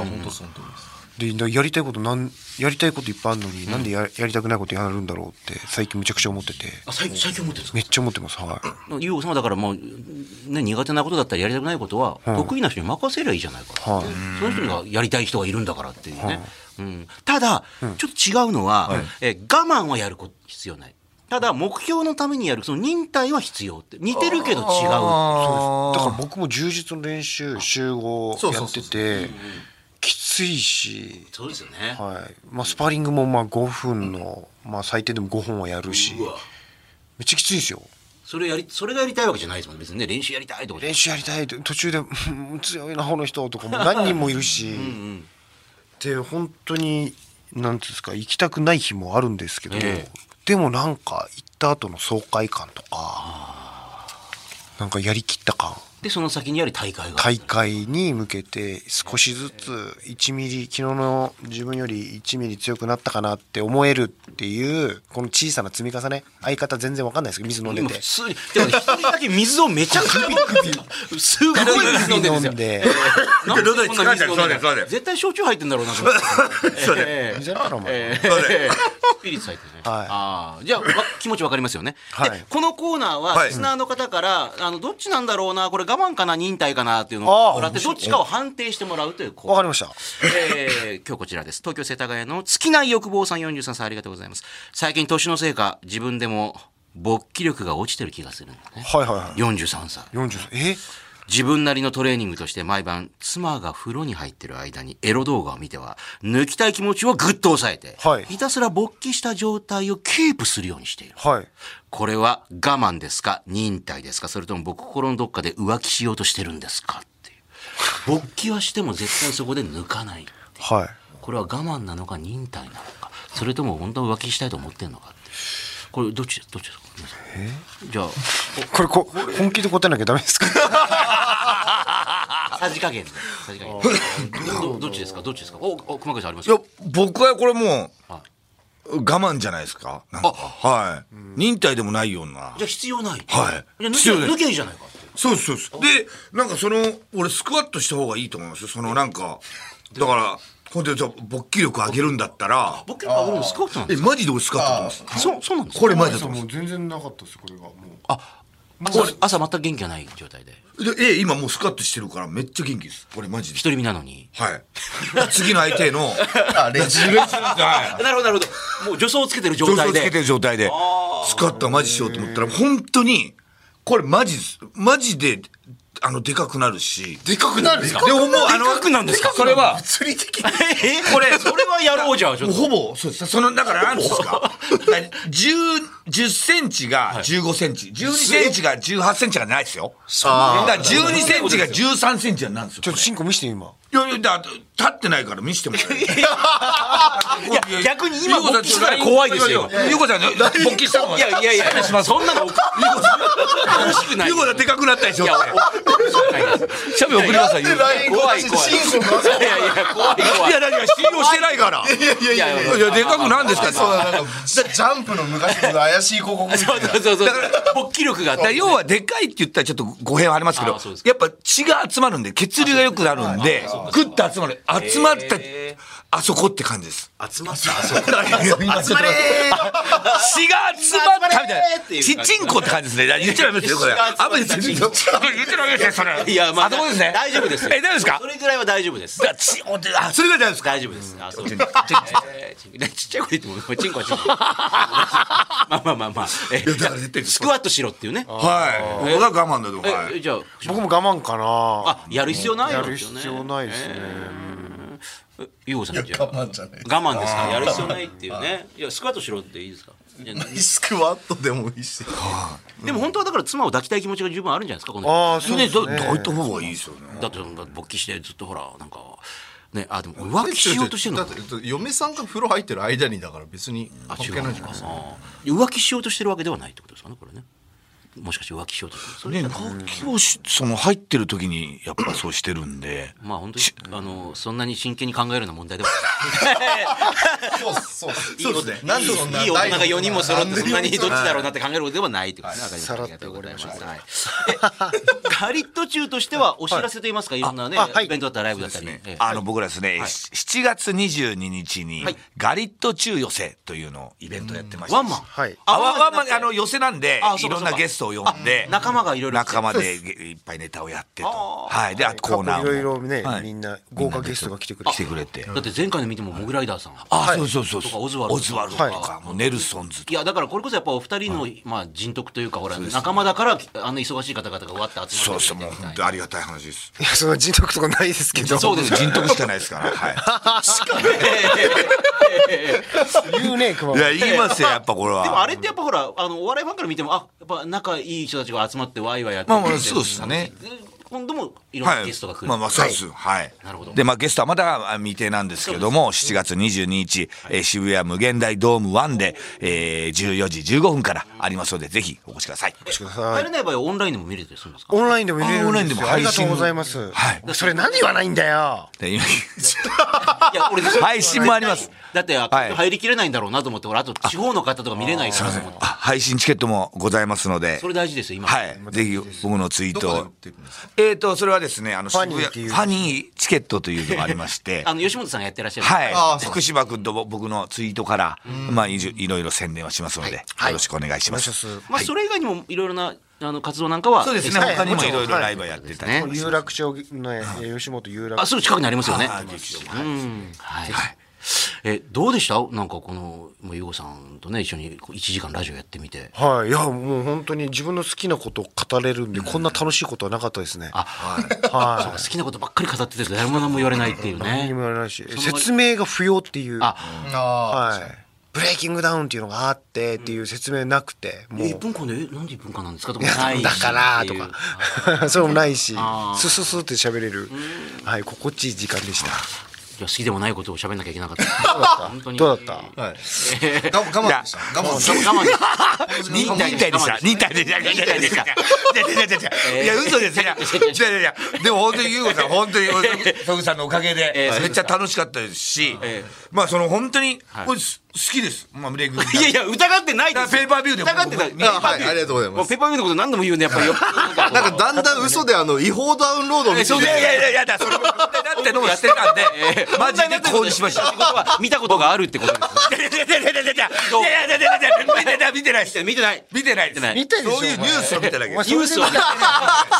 S4: でなやりたいことなんやりたいこといっぱいあるのに、なんでややりたくないことやるんだろうって最近めちゃくちゃ思ってて
S3: あ最最近思ってるんですか
S4: めっちゃ思ってますはい
S3: ゆうごさんはだからもう、ね、苦手なことだったらやりたくないことは、得意な人に任せりゃいいじゃないか、
S4: はい
S3: その人がやりたい人がいるんだからっていうね、うん、ただ、ちょっと違うのは、え我慢はやること必要ないただ目標のためにやるその忍耐は必要って似てるけど違う
S4: だから僕も柔術の練習週5やっててきついし、
S3: そうですよね
S4: はいまあ、スパーリングもまあ5分の、まあ、最低でも5本はやるしめっちゃきついんですよ
S3: それやりそれがやりたいわけじゃないですもんね別にね練習やりたいとかじゃ
S4: 練習やりたいって途中で うん強いなこの人とかも何人もい るしで本当になんていうんですか行きたくない日もあるんですけど、
S3: ええ
S4: でもなんか行った後の爽快感とかなんかやりきった感
S3: でその先にある大会が
S4: 大会に向けて少しずつ1ミリ昨日の自分より1ミリ強くなったかなって思えるっていうこの小さな積み重ね相方全然わかんないですけど水飲んで
S3: 今普
S4: て
S3: 通にでも一人だけ水をめちゃくちゃ飲んで すごい水飲んでるんです
S4: 飲
S3: よ
S4: んで
S3: なんでこんな水飲んで
S5: そうだよそうだよ
S3: 絶対焼酎入ってんだろうなと思って。そうだ
S4: 水だろ お前
S3: スピリッツ入ってるね。
S4: はい
S3: ああ、じゃあわ気持ちわかりますよね。
S4: はい
S3: でこのコーナーは
S5: はい
S3: リスナーの方からあのどっちなんだろうな、これ我慢かな忍耐かなっていうの
S4: あ
S3: を
S4: あ
S3: もらってどっちかを判定してもらうというコー
S4: わ
S3: ナー
S4: かり。ました
S3: えー今日こちらです。東京世田谷の尽きない欲望さん43歳ありがとうございます。最近年のせいか自分でも勃起力が落ちてる気がするんだね。
S4: はいはいはい
S3: 43歳。
S4: 40え
S3: 自分なりのトレーニングとして毎晩妻が風呂に入ってる間にエロ動画を見ては抜きたい気持ちをぐっと抑えて、
S4: はい
S3: ひたすら勃起した状態をキープするようにしている
S4: はい
S3: これは我慢ですか忍耐ですかそれとも僕心のどっかで浮気しようとしてるんですかっていう勃起はしても絶対そこで抜かない
S4: はい
S3: これは我慢なのか忍耐なのかそれとも本当は浮気したいと思ってるのかっていうこれどっちどっちですか皆さんじゃ
S4: これこ本気で答えなきゃダメですか
S3: あさじ加減でさじ加減でどどっちですかどっちですかおお熊川さんあります
S5: いや僕はこれもう我慢じゃないですかなんかはい忍耐でもないような
S3: じゃあ必要ない。
S5: はい
S3: じゃあ抜
S5: 必要ない
S3: け抜けばいいじゃないかって。
S5: そうですそうですでなんかその俺スクワットした方がいいと思いますよそのなんかだからほんでそう勃起力上げるんだったら
S3: 僕は俺もスカウトなんで
S5: え
S3: す
S5: マジで俺スカッと思います
S3: そうそうなんです
S5: これマジだと思い
S4: もう全然なかったですこれがもう
S3: あ俺朝全く元気がない状態で
S5: ますでえ今もうスカッとしてるからめっちゃ元気ですこれマジで
S3: 独り身なのに
S5: はい次の相手 の
S2: あ、レジル。
S5: はい
S3: なるほどなるほどもう助走をつけてる状
S5: 上
S3: 態
S5: 手つけ
S3: で
S5: てる状態でスカッとはマジしようと思ったら本当にこれマジですマジであのでかくなるし
S2: でかくなるんですか
S5: でももうあの
S3: でかくなんですか
S5: それは
S2: 釣り的
S3: えこれそれはやろうじゃんちょ
S5: もう
S3: っと
S5: ほぼそうですそのだからなんですか10 10センチが15センチ12センチが18センチがないですよだから12センチが13センチはなんですよ
S4: ちょっとチンコ見して今
S5: いやいやだから立ってないから見せてもらえる
S3: いや逆に今
S5: ゆうこさ
S3: 勃
S5: ん
S3: 起したら怖いですよ
S5: ゆうこちゃんね勃起したの
S3: いやいやいやそんなの楽しくない
S5: ゆうこさんでかくなったでしょ
S3: いや
S5: って
S3: しゃべ送りますよ怖い怖いいやいや怖い怖
S5: い
S3: い
S5: や、だから信用してないから。い
S2: いやいやいやいや。
S5: や、でかくなんですか
S2: そうだ、なんか、ジャンプの昔の怪しい広告みた
S3: そう
S2: いな。
S3: そうそうそう勃起力があっ
S5: だから
S3: て
S5: 要はでかいって言ったらちょっと語弊はありますけど
S3: あそうですか
S5: やっぱ血が集まるんで血流が良くなるんでグッと集まる集まったあそこって感じです
S3: 集まったあそうか
S2: 集まれ
S5: 血が集まったみたい
S3: ってい
S5: な
S3: う
S5: ち
S3: 感じ
S5: ちんこって感じですねだから言っちゃダメですよこれ
S3: 血が集ま
S5: あ
S3: っ
S5: ん
S3: た
S5: まり言っ ちゃダメですよそれ
S3: いやまあ
S5: あそこですね
S3: 大丈夫です
S5: え大丈夫ですか
S3: それぐらいは大丈夫です
S5: だから血おあそれぐらい大丈夫ですか
S3: 大丈夫です。あ、そう。ちっちゃい声言っても、チンコはチンコ。 まあまあまあまあ。え
S5: いやだから絶対
S3: スクワットしろっていうね。
S5: はい僕は我慢だと思うは
S3: え
S5: い
S3: じゃあ、
S4: 僕も我慢かな
S3: あ、やる必要ない
S4: や
S3: よね
S4: る必要ないですね
S3: えゆうごさん、じゃあ。
S2: 我慢じゃない。
S3: 我慢ですかやる必要ないっていうね。いや、スクワットしろっていいですかいや
S2: スクワットでもいいし。
S3: でも本当はだから妻を抱きたい気持ちが十分あるんじゃないですかこの人
S4: ああそうです
S5: ね
S4: ね
S5: 抱いた方がいいですよね
S3: だってなんか勃起してずっとほら、なんか、ね、あ、でも浮気しようとしてるの
S9: だっ
S3: か
S9: てだって嫁さんが風呂入ってる間にだから別に
S3: あ、
S9: 関
S3: 違
S9: 係
S3: う
S9: ない
S3: の
S9: じゃ
S3: か
S9: ないですか
S3: あ浮気しようとしてるわけではないってことですかね、これね。もしかして浮気しようとしてる。それ
S5: ね楽器をしその入ってる時にやっぱそうしてるんで
S3: まあ本当にあのそんなに真剣に考えるような問題では
S2: そうそう。
S3: いいい
S2: ねなんでそんない
S3: い大人が4人も揃ってそんなにどっち
S2: だ
S3: だろうなって考えることではないってことですね。
S4: さら
S3: わ
S4: っ
S3: かりました
S4: とございまし
S3: ありがとう
S4: た
S3: ございますはいえガリット中としてはお知らせといいますかいろんなね
S4: あはい
S3: イベントだったらライブだったり。ええ
S5: あの僕らですね、し7月22日に
S3: はい
S5: ガリット中寄せというのをイベントやってました
S3: ワンマン。
S4: はい
S5: あわわ
S3: ワ
S5: んま
S3: ンマンじゃなくて
S5: あの寄せなんで
S3: あそ
S5: いう
S3: か
S5: ろんなゲストを呼んで
S3: あ仲間がいろいろ来て
S5: 仲間でげいっぱいネタをやってと
S3: あ
S5: はいであとコーナー
S4: い
S5: も
S4: ろいろね
S5: はい
S4: みんな豪華ゲストが来てくれ
S5: 来て
S4: て
S5: くれて
S3: だって前回の見てもモグライダーさん。
S5: あそうそうそう
S3: と
S5: そ
S3: か
S5: う
S3: オズワルド
S5: オズワルドとかもうネルソンズと
S3: いやだからこれこそやっぱお二人のまあ人徳というかほら仲間だからあの忙しい方々がわって集まって
S5: そうそうもう
S3: みたいな
S5: 本当にありがたい話です
S4: いやその人徳とかないですけど
S3: そう ですよ
S5: 人徳しかないですからはい
S4: 言うね熊
S5: い
S4: 本
S5: や 言いますよやっぱこれは
S3: でもあれってやっぱほらあのお笑いファンから見てもあやっぱ仲いい人たちが集まってワイワイやって
S5: まあまあそうですね
S3: で今度もいろんなゲストが来る、
S5: まあまあそうです。はい。
S3: なるほど
S5: で、まあゲストはまだあ未定なんですけれども、7月22日、えー渋谷無限大ドーム1で、えー、14時15分からありますので、ぜひお越しください。
S3: 入れない場合はオンラインでも見れたりするんですか
S4: オンラインでも入れる
S5: あオンライ
S4: ん
S5: ン
S4: で
S5: ですも
S4: よあ
S5: 配
S4: り
S5: 信
S4: がとうございます
S5: はい
S4: それなんで言わないんだよ
S5: で今
S3: いや俺
S5: 配信もあります。
S3: だってあ
S5: はい
S3: 入りきれないんだろうなと思って俺あと地方の方とか見れないからと思って
S5: あ配信チケットもございますので
S3: そ、れ大事ですよ今、
S5: はい。ぜひ僕のツイート
S2: どこで売
S5: を
S2: ってるんですか。
S5: えっと、それはですね、あの、渋谷
S4: ファニーっていう
S5: ファニーチケットというのがありまして、
S3: あの吉本さんがやってらっしゃる、
S5: は
S2: あー
S5: い。
S2: そう
S5: 福島君と僕のツイートから、まあ、いじいろいろ宣伝はしますので、よろしくお願いします。
S3: まあ、それ以外にもいろいろなあの活動なんかは
S5: そうですね。
S4: はい
S5: 他にもいろいろライブやってたり
S3: ね
S5: とか。
S4: 有楽町のえー吉本有楽
S3: あすぐ近くにありますよね
S5: あ劇場
S3: うんはい、えどうでしたなんかこのもうゆうごさんとね一緒にこう1時間ラジオやってみて
S4: はい、いやもう本当に自分の好きなことを語れるんで、こんな楽しいことはなかったですね。
S3: あ、そうか好きなことばっかり語ってて誰も何も言われないっていう
S4: 何に
S3: ね
S4: も言われないし、説明が不要っていう。
S3: あ
S2: あ
S4: はい。ブレイキングダウンっていうのがあってっていう説明なくて、もう。
S3: 1分間でえなんで1分間なんですかと
S4: い
S3: か
S4: や
S3: ないし
S4: だから
S3: っ
S4: と
S3: ていう
S4: か それもないし
S3: あー
S4: スススって喋れるはい心地いい時間でした
S3: いや好きでもないことを喋んなきゃいけなかった本当に
S4: どうだった
S2: はい。が我慢でした。我慢
S3: 我慢です
S5: 二体でした。二体でした。二体でした。いや嘘です。いやいやいやでも本当に優子さん本当にソグさんのおかげでめっちゃ楽しかったですし、まあその本当にきです。まあ、レグビー。
S3: いやいや、疑ってないで
S5: だ
S3: す。
S5: からペーパービューでも
S3: 疑ってない。
S5: 僕
S3: ペーパー
S2: はい、
S3: ビュ
S2: ありがとうござい
S3: ー。も
S2: ま
S3: う
S2: す。
S3: ペーパービューのこと何度も言うね、やっぱ りよ。
S2: なんかだんだん嘘であの違法ダウンロードを見
S3: え
S2: て
S3: そう
S5: いやいやいやいや、だからそれも問題だってのもやってたんで、マジで購入しまし
S3: っ
S5: た。
S3: てことは見たことがあるって ことですね。
S5: いやいやいやいやいやいやいやいやいやいや見てない見てないです
S3: 見てない。
S5: 見てないです
S3: 見
S4: たいでしょ
S5: そういう
S4: お
S5: ニュ
S4: 前
S5: ースを見ただけ
S4: お前
S3: ニュースは見た。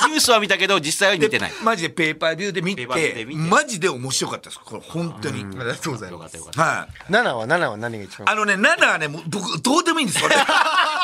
S3: ニュースは見たけど、実際は見てない。
S5: マジでペーパービューで見
S3: ペーパービューで
S5: て
S3: 見て
S5: マジで面白かったですこれ本当に
S2: ありがとうございます。
S5: はい
S4: 7は7は何が一番
S5: あのね、ナナはね、もう僕、どうでもいいんで す、これ。進ん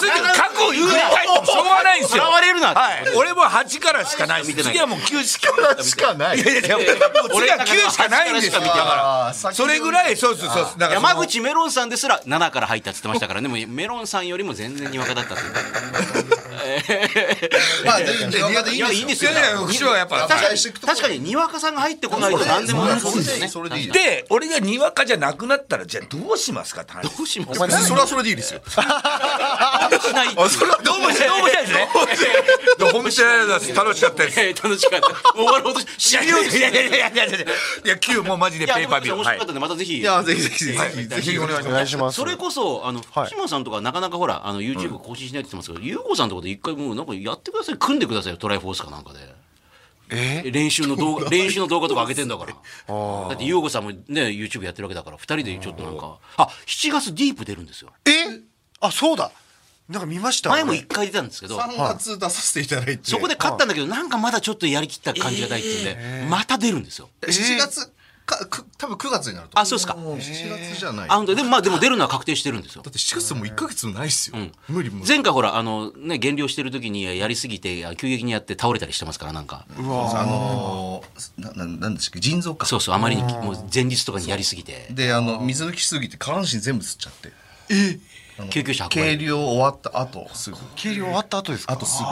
S5: で過去を言いたいってしょうがないんですよ。
S3: らわれるなって
S5: はい。俺もう8からしかないです。次はもう9しか ない。
S2: しかない。
S5: いやいやいや、もう次は9しかないんです
S3: 俺の中では8からし
S5: よ。
S3: か見てない
S5: だか
S2: あー
S5: ら
S2: 先
S5: それぐらい、そうそうそう。だからその
S3: 山口メロンさんですら7から入ったって言ってましたからね、もうメロンさんよりも全然にわかだったって言って
S2: まあ、全然苦手
S3: い
S2: い
S3: や、いい
S2: いん
S3: ん
S2: で
S3: ですよ。
S5: いやいや口はやっぱ
S3: 確か
S2: 返して
S3: に、
S2: いくとこ
S3: 確かに、にわかさんが入ってこないと何でもない。そうですす
S2: よ
S3: ね。
S2: ね。それでいい。
S5: で、俺がにわかじゃなくなったら、じゃあどうしますかって話。
S3: どうします
S2: それはそれでいいですよ。
S3: しないっていう
S2: それはどうも
S5: どうもしたいですね。本当にありがとうございます楽しかったで す。
S3: えー楽しかった。も う終わろうとし、
S5: い
S3: し
S5: や
S3: ない
S5: い
S3: よう
S5: や
S3: に
S5: い
S3: して
S5: やいやいやいやいや、9もうマジで
S3: い
S5: ペ
S3: や、で
S5: ーパ
S3: も
S5: ービュー。
S3: 面
S5: は
S3: 白
S5: い
S3: かったんで、またぜひ。
S2: いや、ぜひぜひぜ
S5: はい
S2: ひ。
S5: ぜひお願いし
S4: お
S5: ます。
S4: 願いします
S3: それこそあの、
S4: はい
S3: キモさんとかなかなかほらあの YouTube 更新しないって言ってますけど、ユーゴさんとかで一回もうなんかやってください組んでくださいよトライフォースかなんかで。
S4: え
S3: 練習の 動画練習の動画とか上げてんだからだって優吾さんもね YouTube やってるわけだから2人でちょっとなんかあ7月ディープ出るんですよ
S4: えあそうだなんか見ました
S3: 前も
S4: 俺
S3: 1回出たんですけど
S2: 3月出させていただいて。
S3: そこで勝ったんだけどなんかまだちょっとやりきった感じがないっていうんで、また出るんですよ
S2: 7月か、く多分9月になると。
S3: あそうですか
S2: もう7月じゃない。
S3: あ
S2: だっ
S3: 本当でもまあでも出るのは確定してるん ですよ
S2: て7月も1ヶ月もないっすよ。無理無理。
S3: 前回ほらあのね減量してる時にやりすぎて急激にやって倒れたりしてますからなんか
S2: あのー、な、ななんでしたっけ腎臓か。
S3: そうそうあまりにもう前日とかにやりすぎて
S2: で、あの、水抜きしすぎて下半身全部吸っちゃって。
S3: 救急車運ばれ
S2: 計
S3: る
S2: 量終わった後、すぐ。
S4: 計量終わった後ですか
S2: あとすぐ。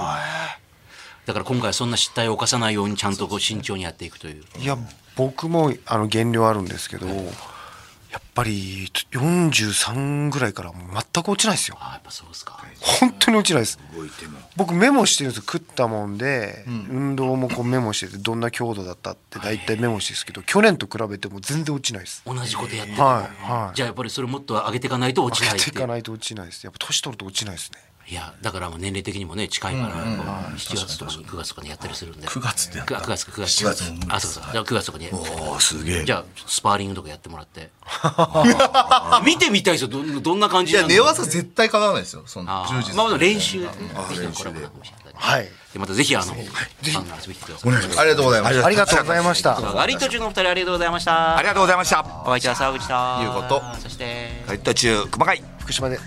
S3: だから今回はそんな失態を犯さないようにちゃんとこう慎重にやっていくという
S4: いや僕もあの減量あるんですけどやっぱり43ぐらいからもう全く落ちないですよ
S3: あやっぱそうですか
S4: 本当に落ちないです僕メモしてるんですよ食ったもんで、運動もこうメモしててどんな強度だったって大体メモしてるんですけど、去年と比べても全然落ちないです
S3: 同じことやってる、
S4: はいはい
S3: じゃあやっぱりそれもっと上げていかないと落ち
S4: 上
S3: ない
S4: げ
S3: ってて
S4: いかないと落ちないですやっぱ年取ると落ちないですね
S3: いやだからもう年齢的にもね近いから、こう7月とかに9月とかにやったりするんで9
S2: 月ってやった
S3: 9月か9月
S2: 7月も無理です
S3: あそうそう、じゃあ9月とかに
S2: おー、すげえ
S3: じゃあスパーリングとかやってもら って見てみたいですよどんどんな感
S2: い
S3: じな
S2: や、
S3: の
S2: 寝技絶対かなわないですよ。その、
S3: あ
S2: 10時
S3: ーまあまあ練習できたらこれも
S4: はい
S3: でまたぜひあの番組遊びに来てください
S2: ありがとうございました。
S4: ありがとうございました
S3: ガリット中のお二人ありがとうございました
S10: ありがとうございました
S3: お相手は沢口と
S2: ゆうこと
S3: そして
S10: 帰った中熊谷
S4: 福島で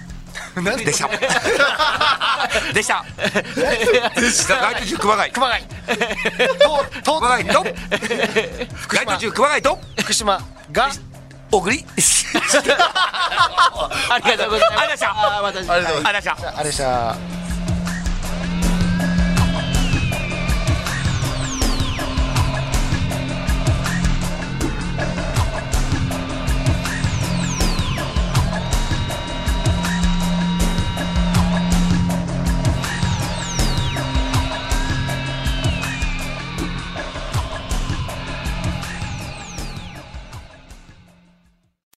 S10: でしたでしたでした帰った中熊谷熊谷
S4: と
S10: 熊谷と帰った中熊谷と
S4: 福島が
S10: お送りありがとうございましたありがとうございました
S2: ありがとうございました
S10: ありがとうございました
S4: あれでした